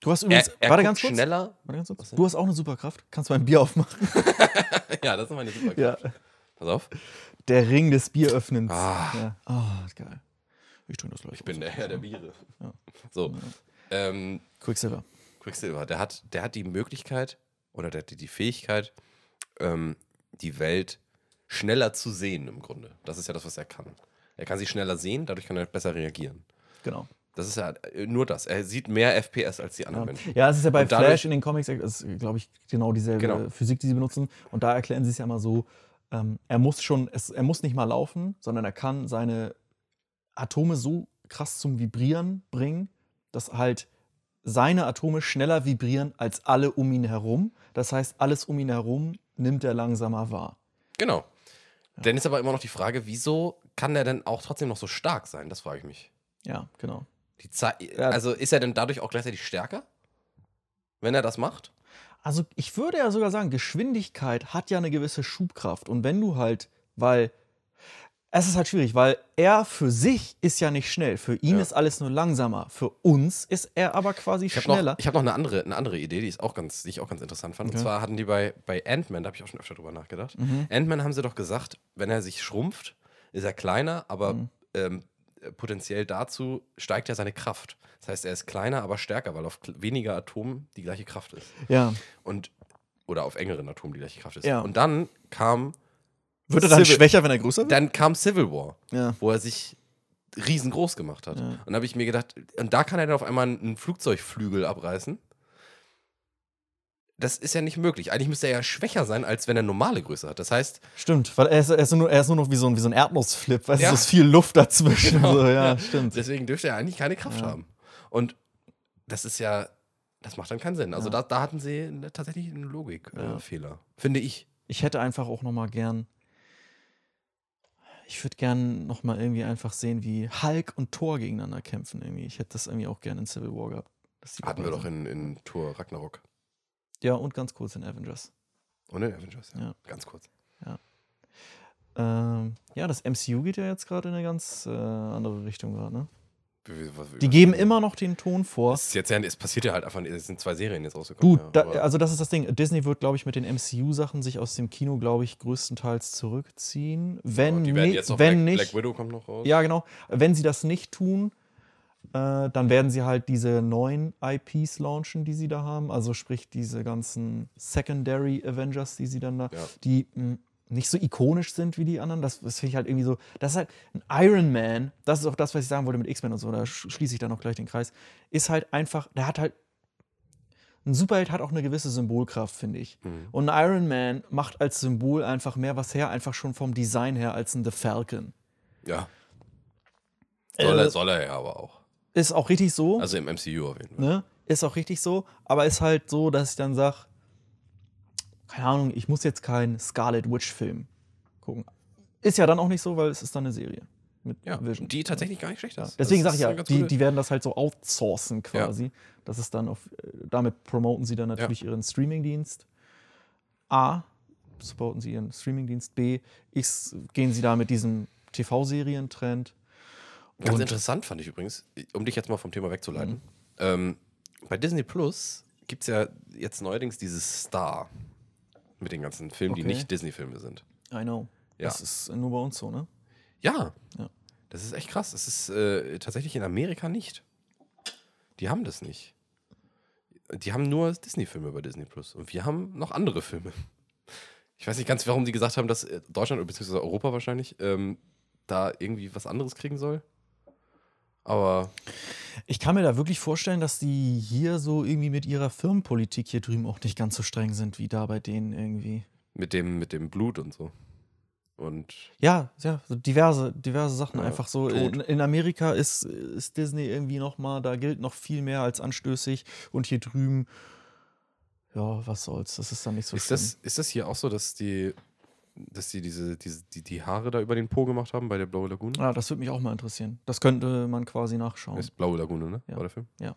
S1: Du hast
S2: Er,
S1: übrigens,
S2: er
S1: warte,
S2: guckt
S1: ganz kurz, warte
S2: schneller.
S1: ganz kurz. Du hast auch eine Superkraft. Kannst du mal ein Bier aufmachen?
S2: ja, das ist meine Superkraft. Pass auf.
S1: Der Ring des Bieröffnens.
S2: Ah.
S1: Ja. Ah, ist geil. Ich trinke das gleich.
S2: Ich bin der Herr der Biere.
S1: Ja.
S2: So. Ähm,
S1: Quicksilver.
S2: Quicksilver, der hat, der hat die Möglichkeit oder der hat die- die Fähigkeit, ähm, die Welt schneller zu sehen im Grunde. Das ist ja das, was er kann. Er kann sie schneller sehen, dadurch kann er besser reagieren.
S1: Genau.
S2: Das ist ja äh, nur das. Er sieht mehr FPS als die anderen Menschen.
S1: Ja, es ist ja bei
S2: Und dadurch-
S1: Flash in den Comics, das ist, glaube ich, genau dieselbe
S2: Genau.
S1: Physik, die sie benutzen. Und da erklären sie es ja immer so: ähm, er muss schon, es, er muss nicht mal laufen, sondern er kann seine Atome so krass zum Vibrieren bringen, dass halt seine Atome schneller vibrieren als alle um ihn herum. Das heißt, alles um ihn herum nimmt er langsamer wahr.
S2: Genau. Dann ist aber immer noch die Frage, wieso kann er denn auch trotzdem noch so stark sein? Das frage ich mich.
S1: Ja, genau.
S2: Die Zeit, also ist er denn dadurch auch gleichzeitig stärker, wenn er das macht?
S1: Also ich würde ja sogar sagen, Geschwindigkeit hat ja eine gewisse Schubkraft. Und wenn du halt, weil es ist halt schwierig, weil er für sich ist ja nicht schnell. Für ihn
S2: Ja.
S1: ist alles nur langsamer. Für uns ist er aber quasi
S2: Ich habe
S1: schneller.
S2: noch, ich hab noch eine, andere, eine andere Idee, die, ist auch ganz, die ich auch ganz interessant fand. Und
S1: Okay.
S2: zwar hatten die bei, bei Ant-Man, da habe ich auch schon öfter drüber nachgedacht.
S1: Mhm.
S2: Ant-Man haben sie doch gesagt, wenn er sich schrumpft, ist er kleiner, aber
S1: Mhm.
S2: ähm, äh, potenziell dazu steigt ja seine Kraft. Das heißt, er ist kleiner, aber stärker, weil auf kl- weniger Atomen die gleiche Kraft ist.
S1: Ja.
S2: Und, oder auf engeren Atomen die gleiche Kraft ist.
S1: Ja.
S2: Und dann kam,
S1: Wird
S2: er dann
S1: schwächer, wenn er größer
S2: dann kam Civil War
S1: Ja.
S2: wo er sich riesengroß gemacht hat.
S1: Ja.
S2: Und da habe ich mir gedacht, und da kann er dann auf einmal einen Flugzeugflügel abreißen. das ist ja nicht möglich. Eigentlich müsste er ja schwächer sein, als wenn er normale Größe hat. Das heißt,
S1: Stimmt, weil er ist, er ist, nur, er ist nur noch wie so ein, wie so ein Erdnussflip, weißt
S2: Ja.
S1: du,
S2: Genau.
S1: es ist viel Luft dazwischen. so, ja,
S2: ja.
S1: stimmt.
S2: deswegen dürfte er eigentlich keine Kraft haben. Und das ist ja, das macht dann keinen Sinn. Also da, da hatten sie eine- tatsächlich einen Logikfehler, äh, Fehler. finde ich.
S1: Ich hätte einfach auch noch mal gern, ich würde gern noch mal irgendwie einfach sehen, wie Hulk und Thor gegeneinander kämpfen irgendwie. Ich hätte das irgendwie auch gern in Civil War gehabt. dass die
S2: Hatten
S1: dabei
S2: wir doch
S1: sind.
S2: in, in Tour Ragnarok.
S1: Ja, und ganz kurz in Avengers.
S2: Und in Avengers, ja.
S1: Ja.
S2: Ganz kurz.
S1: Ähm, ja, das MCU geht ja jetzt gerade in eine ganz äh, andere Richtung gerade, ne? Die
S2: Die
S1: geben immer noch den Ton vor.
S2: Es, ist jetzt, ja- es passiert ja halt einfach, es sind zwei Serien jetzt rausgekommen.
S1: Gut,
S2: ja,
S1: da,
S2: aber-
S1: also das ist das Ding. Disney wird, glaube ich, mit den MCU-Sachen sich aus dem Kino, glaube ich, größtenteils zurückziehen. Wenn,
S2: aber Genau, die
S1: ni-
S2: werden jetzt noch
S1: wenn
S2: Black,
S1: nicht,
S2: Black Widow kommt noch raus.
S1: ja genau, wenn sie das nicht tun, äh, dann werden sie halt diese neuen IPs launchen, die sie da haben. Also sprich diese ganzen Secondary Avengers, die sie dann da,
S2: Ja.
S1: die mh, nicht so ikonisch sind wie die anderen. Das, das finde ich halt irgendwie so. Das ist halt ein Iron Man. Das ist auch das, was ich sagen wollte mit X-Men und so. Da sch- schließe ich dann auch gleich den Kreis. Ist halt einfach. Der hat halt ein Superheld hat auch eine gewisse Symbolkraft, finde ich.
S2: Mhm.
S1: Und ein Iron Man macht als Symbol einfach mehr was her, einfach schon vom Design her, als ein The Falcon.
S2: ja. Soll,
S1: Äh,
S2: er, soll er ja aber auch.
S1: Ist auch richtig so.
S2: Also im MCU auf jeden Fall.
S1: ne? Ist auch richtig so, aber ist halt so, dass ich dann sage, keine Ahnung, ich muss jetzt keinen Scarlet Witch-Film gucken. Ist ja dann auch nicht so, weil es ist dann eine Serie mit
S2: Ja,
S1: Vision.
S2: die tatsächlich gar nicht schlecht
S1: ja.
S2: ist.
S1: Deswegen
S2: Das
S1: sage ich
S2: ist
S1: ja,
S2: eine ganz
S1: die,
S2: gute-
S1: die werden das halt so outsourcen
S2: Ja.
S1: quasi. Das ist dann auf, äh, damit promoten sie dann natürlich ihren Streamingdienst. A, supporten sie ihren Streamingdienst. B, X, gehen sie da mit diesem TV-Serientrend.
S2: Ganz
S1: Und-
S2: interessant fand ich übrigens, um dich jetzt mal vom Thema wegzuleiten.
S1: Mhm.
S2: Ähm, bei Disney Plus gibt es ja jetzt neuerdings dieses Star mit den ganzen Filmen, die
S1: Okay.
S2: nicht Disney-Filme sind.
S1: I know.
S2: Ja.
S1: Das ist nur bei uns so, ne?
S2: Ja.
S1: Ja.
S2: Das ist echt krass. Das ist äh, tatsächlich in Amerika nicht. Die haben das nicht. Die haben nur Disney-Filme bei Disney Plus. Und wir haben noch andere Filme. Ich weiß nicht ganz, warum die gesagt haben, dass äh, Deutschland bzw. Europa wahrscheinlich ähm, da irgendwie was anderes kriegen soll. Aber
S1: Ich kann mir da wirklich vorstellen, dass die hier so irgendwie mit ihrer Firmenpolitik hier drüben auch nicht ganz so streng sind wie da bei denen irgendwie.
S2: mit dem, mit dem Blut und so. Und
S1: Ja, ja, so diverse, diverse Sachen
S2: Ja,
S1: einfach so.
S2: tot.
S1: In, in Amerika ist, ist Disney irgendwie nochmal, da gilt noch viel mehr als anstößig und hier drüben, ja, was soll's, das ist dann nicht so
S2: ist,
S1: schlimm.
S2: das, ist das hier auch so, dass die, dass die diese, diese die, die Haare da über den Po gemacht haben bei der Blaue Lagune?
S1: ah, das würde mich auch mal interessieren. Das könnte man quasi nachschauen.
S2: Ist Blaue Lagune, ne?
S1: Ja.
S2: War der Film?
S1: Ja.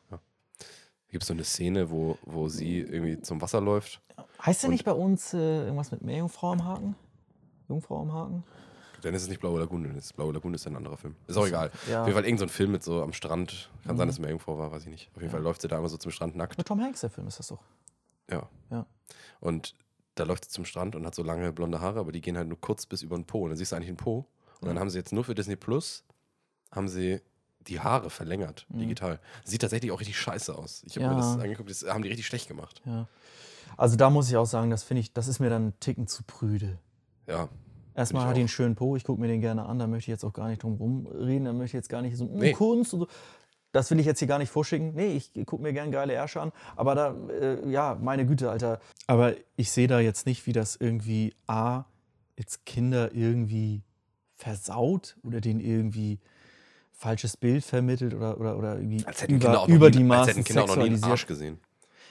S2: Gibt es so eine Szene, wo, wo sie irgendwie zum Wasser läuft?
S1: Heißt denn
S2: und-
S1: nicht bei uns äh, irgendwas mit Meerjungfrau am Haken? Jungfrau am Haken?
S2: Dann ist es nicht Blaue Lagune, dann ist es Blaue Lagune ist ein anderer Film. Ist auch egal.
S1: Ja. Mhm.
S2: Auf jeden Fall irgendein so ein Film mit so am Strand. Kann sein, dass es mir irgendwo war, weiß ich nicht. Auf jeden Fall läuft sie da immer so zum Strand nackt.
S1: Mit Tom Hanks, der Film ist das doch.
S2: Ja.
S1: Ja.
S2: Und da läuft sie zum Strand und hat so lange blonde Haare, aber die gehen halt nur kurz bis über den Po. Und dann siehst du eigentlich den Po. Und dann haben sie jetzt nur für Disney Plus, haben sie die Haare verlängert, digital. Sieht tatsächlich auch richtig scheiße aus. Ich habe mir
S1: Mhm. Ja.
S2: das angeguckt, das haben die richtig schlecht gemacht.
S1: Ja. Also da muss ich auch sagen, das finde ich, das ist mir dann einen Ticken zu prüde.
S2: Ja.
S1: Erstmal hat
S2: Find ich
S1: die
S2: auch.
S1: einen schönen Po, ich gucke mir den gerne an, da möchte ich jetzt auch gar nicht drum rumreden, da möchte ich jetzt gar nicht so, "Mm,
S2: Nee.
S1: Kunst und so. Das will ich jetzt hier gar nicht vorschicken. Nee, ich gucke mir gern geile Ärsche an, aber da, äh, ja, meine Güte, Alter. Aber ich sehe da jetzt nicht, wie das irgendwie A, jetzt Kinder irgendwie versaut oder denen irgendwie falsches Bild vermittelt oder, oder, oder irgendwie
S2: Als hätten Kinder
S1: über,
S2: auch noch
S1: über
S2: nie,
S1: die
S2: als
S1: Maßen
S2: hätten Kinder auch noch nie einen
S1: sexualisiert.
S2: Arsch gesehen.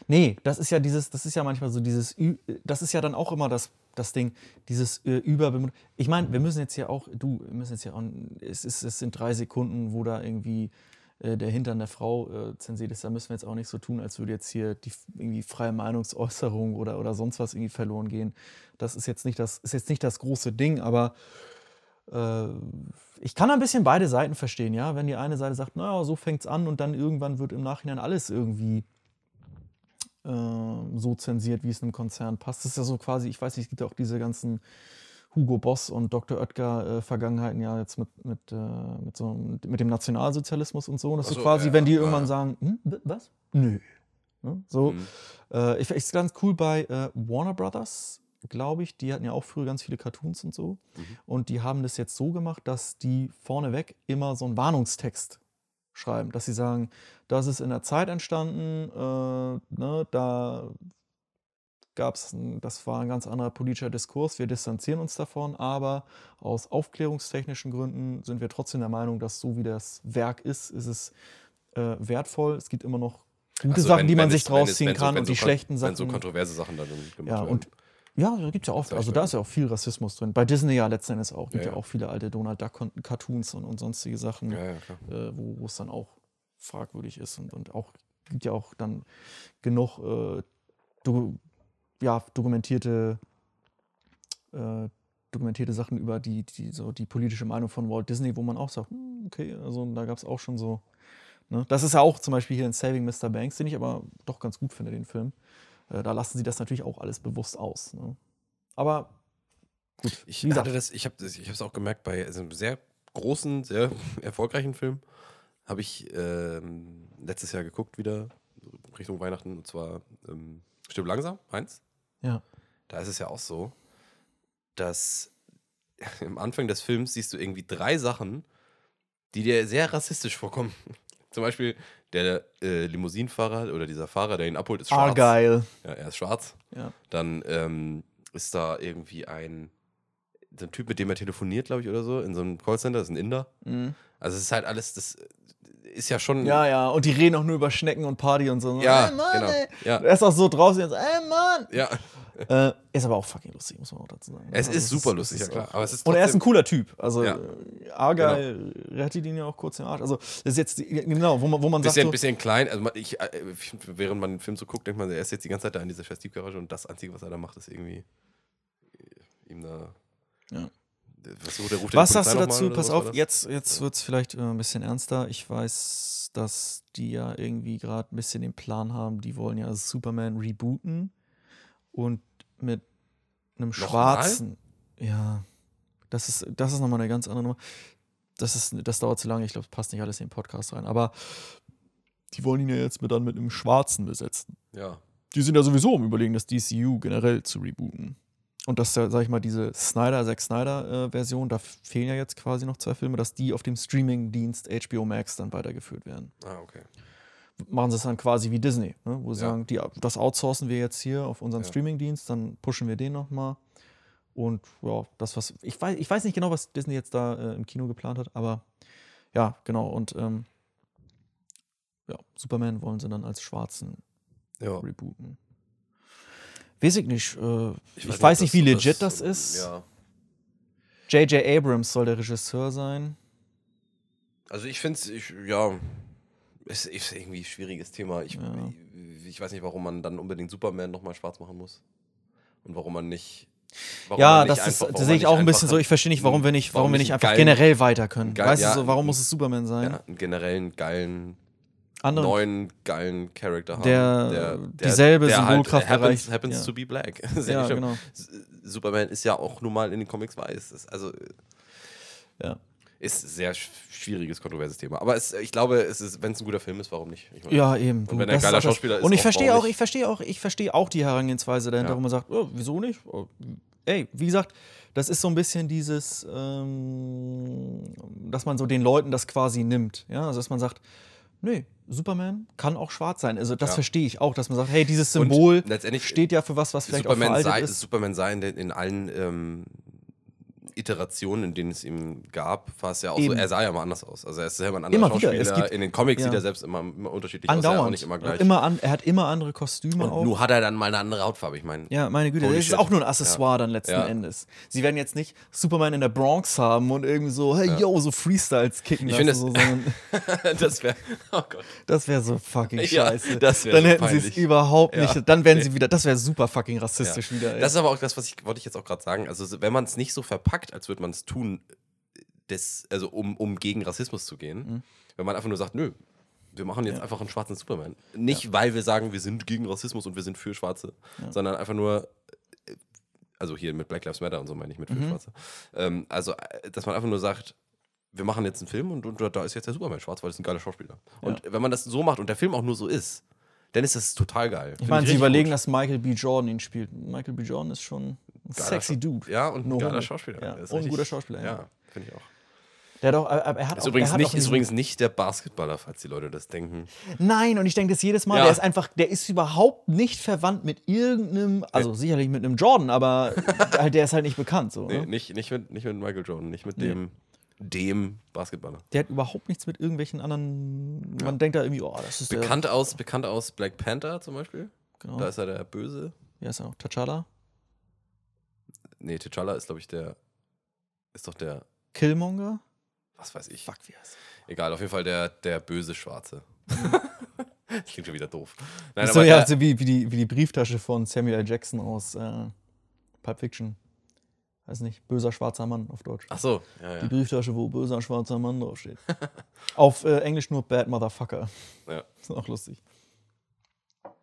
S1: Nee, das ist ja dieses, das ist ja manchmal so dieses, Ü- das ist ja dann auch immer das, das Ding, dieses äh, Überbemut. Ich meine, wir müssen jetzt hier auch, du, wir müssen jetzt hier auch, es, ist, es sind drei Sekunden, wo da irgendwie äh, der Hintern der Frau äh, zensiert ist, da müssen wir jetzt auch nicht so tun, als würde jetzt hier die f- irgendwie freie Meinungsäußerung oder, oder sonst was irgendwie verloren gehen. Das ist jetzt nicht das, ist jetzt nicht das große Ding, aber äh, ich kann ein bisschen beide Seiten verstehen, ja. Wenn die eine Seite sagt, naja, so fängt's an und dann irgendwann wird im Nachhinein alles irgendwie ähm, so zensiert, wie es einem Konzern passt. Das ist ja so quasi, ich weiß nicht, es gibt ja auch diese ganzen Hugo Boss und Dr. Oetker äh, Vergangenheiten ja jetzt mit, mit, äh, mit, so, einem- mit dem Nationalsozialismus und so. Und das
S2: Ach
S1: ist
S2: so,
S1: quasi,
S2: ja,
S1: wenn die
S2: ja,
S1: irgendwann
S2: ja.
S1: sagen, hm, w- was? Nö. Ne? So.
S2: Mhm.
S1: Äh, ich finde es ganz cool bei äh, Warner Brothers, glaube ich. Die hatten ja auch früher ganz viele Cartoons und so. Und die haben das jetzt so gemacht, dass die vorneweg immer so einen Warnungstext schreiben, dass sie sagen, das ist in der Zeit entstanden, äh, ne, da gab es, das war ein ganz anderer politischer Diskurs, wir distanzieren uns davon, aber aus aufklärungstechnischen Gründen sind wir trotzdem der Meinung, dass so wie das Werk ist, ist es äh, wertvoll. Es gibt immer noch gute
S2: Also,
S1: Sachen,
S2: wenn-
S1: die man
S2: wenn
S1: sich
S2: es- wenn
S1: draus
S2: es-
S1: ziehen
S2: wenn so-
S1: kann
S2: wenn
S1: und
S2: so
S1: die
S2: kon-
S1: schlechten
S2: Wenn
S1: Sachen.
S2: so kontroverse Sachen dann gemacht
S1: ja,
S2: werden.
S1: und ja, da gibt es ja oft,
S2: Sag ich
S1: also da
S2: mal.
S1: ist ja auch viel Rassismus drin. Bei Disney ja letzten Endes auch. Gibt
S2: Ja,
S1: ja,
S2: ja.
S1: auch viele alte Donald Duck-Cartoons und, und sonstige Sachen
S2: ja, ja, klar.
S1: äh, wo wo es dann auch fragwürdig ist und, und auch gibt ja auch dann genug äh, do, ja, dokumentierte äh, dokumentierte Sachen über die, die so die politische Meinung von Walt Disney, wo man auch sagt, hm, okay, also da gab es auch schon so. Ne? Das ist ja auch zum Beispiel hier in Saving Mr. Banks, den ich aber doch ganz gut finde, den Film. Äh, da lassen sie das natürlich auch alles bewusst aus. Ne? Aber gut,
S2: Ich
S1: wie gesagt,
S2: hatte das, ich habe ich habe es auch gemerkt bei so einem sehr großen, sehr erfolgreichen Film habe ich ähm, letztes Jahr geguckt wieder Richtung Weihnachten und zwar ähm, Stirb langsam, Heinz.
S1: ja,
S2: Da ist es ja auch so, dass im Anfang des Films siehst du irgendwie drei Sachen, die dir sehr rassistisch vorkommen. Zum Beispiel der äh, Limousinenfahrer oder dieser Fahrer, der ihn abholt, ist schwarz.
S1: Argyle.
S2: Ja, er ist schwarz.
S1: Ja.
S2: Dann ähm, ist da irgendwie ein, so ein Typ, mit dem er telefoniert, glaube ich, oder so, in so einem Callcenter, das ist ein Inder.
S1: Mhm.
S2: Also es ist halt alles, das ist ja schon.
S1: Ja, ja, und die reden auch nur über Schnecken und Party und so.
S2: ja,
S1: ey, Mann,
S2: genau.
S1: ey.
S2: Ja,
S1: Er ist auch so draußen jetzt, ey Mann!
S2: ja.
S1: Äh, ist aber auch fucking lustig, muss man auch dazu sagen.
S2: Es
S1: Also,
S2: ist
S1: es
S2: super lustig,
S1: es
S2: ja
S1: ist
S2: klar.
S1: auch-
S2: Aber es ist
S1: und er ist ein
S2: trotzdem-
S1: cooler Typ. Also
S2: Ja. Genau.
S1: äh, Argyle rettet ihn ja auch kurz den Arsch. Also das ist jetzt, die- genau, wo man, wo man sagt,
S2: bisschen,
S1: so,
S2: bisschen klein. Also man- ich, äh, während man den Film so guckt, denkt man, er ist jetzt die ganze Zeit da in dieser Festivgarage und das Einzige, was er da macht, ist irgendwie äh, ihm da.
S1: Ja.
S2: Was, so, der ruft
S1: was
S2: die
S1: sagst du
S2: Polizei nochmal
S1: dazu?
S2: oder
S1: Pass
S2: was war
S1: auf,
S2: das?
S1: jetzt, jetzt wird es vielleicht äh, ein bisschen ernster. Ich weiß, dass die ja irgendwie gerade ein bisschen den Plan haben, die wollen ja Superman rebooten und mit einem
S2: Nochmal?
S1: schwarzen. Ja, das ist, das ist nochmal eine ganz andere Nummer. Das, ist, das dauert zu lange, ich glaube, es passt nicht alles in den Podcast rein. Aber die wollen ihn ja jetzt mit, dann mit einem Schwarzen besetzen.
S2: Ja.
S1: Die sind ja sowieso am überlegen, das DCU generell zu rebooten. Und dass da, sag ich mal, diese Snyder, Zack Snyder-Version, da fehlen ja jetzt quasi noch zwei Filme, dass die auf dem Streaming-Dienst HBO Max dann weitergeführt werden.
S2: Ah, okay.
S1: Machen sie es dann quasi wie Disney, ne? wo sie
S2: Ja.
S1: sagen, die, das outsourcen wir jetzt hier auf unseren
S2: Ja.
S1: Streaming-Dienst, dann pushen wir den nochmal. Und ja, das, was. Ich weiß, ich weiß nicht genau, was Disney jetzt da äh, im Kino geplant hat, aber ja, genau. Und ähm, ja, Superman wollen sie dann als schwarzen
S2: Ja.
S1: rebooten. Weiß ich nicht. Äh, ich, weiß, nicht,
S2: ob
S1: wie
S2: das-
S1: legit das, ist.
S2: Ja.
S1: J.J. Abrams soll der Regisseur sein.
S2: Also ich finde es, ich, ja, es ist irgendwie ein schwieriges Thema. Ich,
S1: Ja.
S2: ich, ich weiß nicht, warum man dann unbedingt Superman nochmal schwarz machen muss. Und warum man nicht. Warum
S1: ja,
S2: man nicht
S1: das, ist,
S2: einfach- warum
S1: das
S2: man
S1: sehe ich
S2: nicht
S1: auch ein
S2: einfach
S1: bisschen so. Ich verstehe nicht, warum wir nicht,
S2: warum
S1: warum wir
S2: nicht
S1: nicht
S2: einen
S1: einfach
S2: geilen-
S1: generell weiter können.
S2: geilen-
S1: weißt
S2: ja,
S1: du so, warum muss es Superman sein?
S2: ja, einen generellen geilen
S1: Andere,
S2: neuen geilen Charakter haben.
S1: Der, dieselbe Symbolkraft
S2: halt happens,
S1: erreicht.
S2: happens
S1: Ja.
S2: to be black. Ist ja
S1: ja,
S2: nicht schlimm.
S1: genau.
S2: S- Superman ist ja auch nun mal in den Comics weiß. Das- Also
S1: Ja.
S2: ist ein sehr sch- schwieriges, kontroverses Thema. Aber es, ich glaube, es ist, wenn es ein guter Film ist, warum nicht? Ich meine,
S1: Ja, eben. du,
S2: wenn er ein
S1: das
S2: geiler
S1: auch das.
S2: Schauspieler ist,
S1: Und ich
S2: auch
S1: verstehe
S2: warum
S1: auch,
S2: nicht?
S1: ich verstehe auch, ich verstehe auch die Herangehensweise dahinter,
S2: Ja.
S1: wo man sagt, oh, wieso nicht? Oh, Ey, wie gesagt, das ist so ein bisschen dieses, ähm, dass man so den Leuten das quasi nimmt. Ja? Also, dass man sagt, nee, Superman kann auch schwarz sein. Also, das
S2: Ja.
S1: verstehe ich auch, dass man sagt, hey, dieses Symbol
S2: Und letztendlich
S1: steht ja für was, was vielleicht auch
S2: Superman
S1: veraltet
S2: sei,
S1: ist.
S2: Superman sei in, den- in allen ähm, Iterationen, in denen es ihm gab, war es ja auch so,
S1: Eben.
S2: er sah ja mal anders aus. Also er ist ja immer ein anderer
S1: Immer wieder,
S2: Schauspieler.
S1: es gibt-
S2: in den Comics
S1: ja.
S2: sieht er selbst immer, immer unterschiedlich aus, ja auch
S1: Andauernd.
S2: nicht immer gleich.
S1: Immer an, er hat immer andere Kostüme
S2: Und
S1: auch.
S2: nur hat er dann mal eine andere Hautfarbe, ich meine.
S1: Ja, meine Güte,
S2: Holy
S1: das ist
S2: shit.
S1: auch nur ein Accessoire dann letzten
S2: Ja.
S1: Endes. Sie werden jetzt nicht Superman in der Bronx haben und irgendwie so, hey, yo, so Freestyles kicken
S2: Ich
S1: lassen.
S2: finde
S1: so,
S2: das-
S1: sondern
S2: das wäre. Oh Gott.
S1: das wäre so fucking
S2: Ja,
S1: scheiße.
S2: das wär
S1: dann
S2: so
S1: hätten sie es
S2: peinlich.
S1: überhaupt
S2: Ja.
S1: nicht. Dann wären sie wieder, das wäre super fucking rassistisch wieder. Ey.
S2: Das ist aber auch das, was ich wollte ich jetzt auch gerade sagen. Also so- wenn man es nicht so verpackt, als würde man es tun, des, also um, um gegen Rassismus zu gehen,
S1: Mhm.
S2: wenn man einfach nur sagt, nö, wir machen jetzt einfach einen schwarzen Superman. Nicht weil wir sagen, wir sind gegen Rassismus und wir sind für Schwarze, sondern einfach nur äh, also hier mit Black Lives Matter und so meine ich mit für
S1: Mhm.
S2: Schwarze. Ähm, also äh, dass man einfach nur sagt wir machen jetzt einen Film und, und da ist jetzt der Superman schwarz, weil das ist ein geiler Schauspieler. Und wenn man das so macht und der Film auch nur so ist, dann ist das total geil.
S1: ich meine, sie überlegen, dass Michael B. Jordan ihn spielt. Michael B. Jordan ist schon ein sexy
S2: Scha-
S1: Dude.
S2: Ja, und
S1: No
S2: ein geiler
S1: homo.
S2: Schauspieler.
S1: Ja,
S2: Der ist
S1: und ein
S2: richtig-
S1: guter Schauspieler, ja.
S2: Ja, finde ich auch.
S1: Der hat auch, äh, er, er hat
S2: Ist
S1: auch, er
S2: übrigens,
S1: hat
S2: nicht,
S1: auch
S2: ist
S1: diesen-
S2: übrigens nicht der Basketballer, falls die Leute das denken.
S1: Nein, und ich denke das jedes Mal,
S2: Ja.
S1: der ist einfach, der ist überhaupt nicht verwandt mit irgendeinem, also sicherlich mit einem Jordan, aber halt, der ist halt nicht bekannt. So,
S2: Nee,
S1: ne?
S2: nicht, nicht, mit, nicht mit Michael Jordan, nicht mit dem, dem Basketballer.
S1: Der hat überhaupt nichts mit irgendwelchen anderen. Man denkt da irgendwie, oh, das ist
S2: Bekannt aus, bekannt aus Black Panther zum Beispiel.
S1: der. Genau.
S2: Da ist er der Böse.
S1: Ja, ist er auch. T'Challa.
S2: Nee, T'Challa ist, glaube ich, der. Ist doch der.
S1: Killmonger.
S2: Was weiß ich.
S1: Fuck, wie heißt er?
S2: Egal, auf jeden Fall der, der böse Schwarze. das klingt schon wieder doof. Nein,
S1: Ist so,
S2: aber
S1: ja,
S2: der,
S1: so wie, wie, die, wie die Brieftasche von Samuel L. Jackson aus äh, Pulp Fiction. Weiß nicht, böser schwarzer Mann auf Deutsch.
S2: ach so, Ah, ja,
S1: Die
S2: ja.
S1: Brieftasche, wo böser schwarzer Mann draufsteht. auf äh, Englisch nur Bad Motherfucker.
S2: ja.
S1: Ist auch lustig.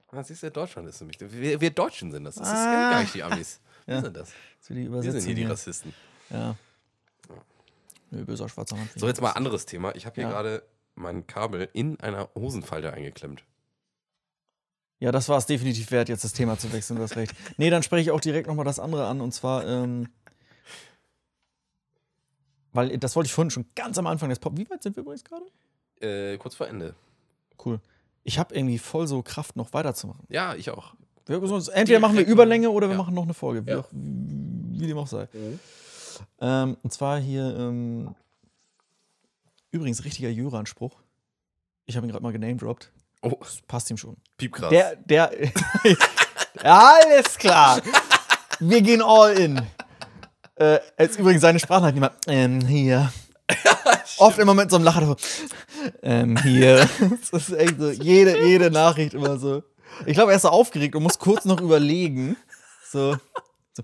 S2: Ah, siehst du, Deutschland ist nämlich. Wir, wir Deutschen sind das. Das ist Ah. ja gar nicht die Amis. Wir
S1: Ja.
S2: sind das.
S1: Das wird die
S2: Wir
S1: Übersetzung.
S2: sind hier die Rassisten.
S1: Ja. Nö, böser schwarzer Mann.
S2: So, jetzt mal anderes Thema. Ich habe hier
S1: Ja.
S2: gerade mein Kabel in einer Hosenfalte eingeklemmt.
S1: Ja, das war es definitiv wert, jetzt das Thema zu wechseln, du hast recht. Nee, dann spreche ich auch direkt nochmal das andere an und zwar, ähm, weil das wollte ich vorhin schon ganz am Anfang des Pop. Wie weit sind wir übrigens gerade?
S2: Äh, kurz vor Ende.
S1: Cool. Ich habe irgendwie voll so Kraft, noch weiterzumachen.
S2: Ja, ich auch.
S1: Wir, sonst, entweder machen wir Überlänge oder wir
S2: Ja.
S1: machen noch eine Folge, wie,
S2: Ja. Mhm.
S1: auch, wie dem auch sei. Ähm, und zwar hier, ähm, übrigens, richtiger Jöran-Spruch. Ich habe ihn gerade mal genamedroppt.
S2: Oh,
S1: Passt ihm schon.
S2: piepkrass.
S1: Der, der. Alles klar. Wir gehen all in. Äh, jetzt übrigens seine Sprache hat niemand. Ähm, hier. Oft immer mit so einem Lacher. so, Ähm, hier. Das ist echt so, jede, jede Nachricht immer so. Ich glaube, er ist so aufgeregt und muss kurz noch überlegen. So. so.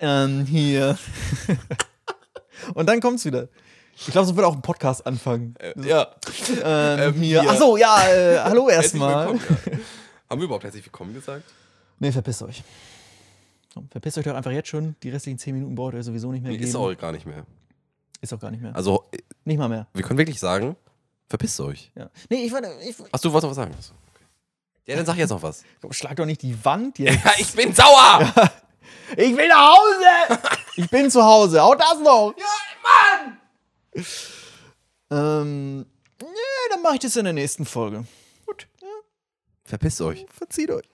S1: Ähm, hier. Und dann kommt's wieder. Ich glaube, so wird auch ein Podcast anfangen.
S2: Äh, ja,
S1: Ähm, hier.
S2: hier.
S1: Ach so, ja, äh, hallo
S2: herzlich
S1: erstmal.
S2: willkommen. Ja. Haben wir überhaupt herzlich willkommen gesagt?
S1: Nee, verpisst euch. Komm, verpisst euch doch einfach jetzt schon. Die restlichen 10 Minuten braucht ihr sowieso nicht mehr.
S2: Nee,
S1: geben.
S2: ist auch gar nicht mehr.
S1: Ist auch gar nicht mehr.
S2: Also, äh,
S1: nicht mal mehr.
S2: wir können wirklich sagen, verpisst euch.
S1: Ja. Nee, ich wollte. Ich,
S2: Ach, du wolltest noch was sagen. Achso, okay. Ja, dann sag jetzt noch was.
S1: komm, schlag doch nicht die Wand jetzt.
S2: Ja, ich bin sauer!
S1: Ich will nach Hause! ich bin zu Hause. Haut das noch!
S2: Ja, Mann!
S1: Ähm. Nee, dann mache ich das in der nächsten Folge.
S2: Verpisst euch.
S1: Verzieht euch.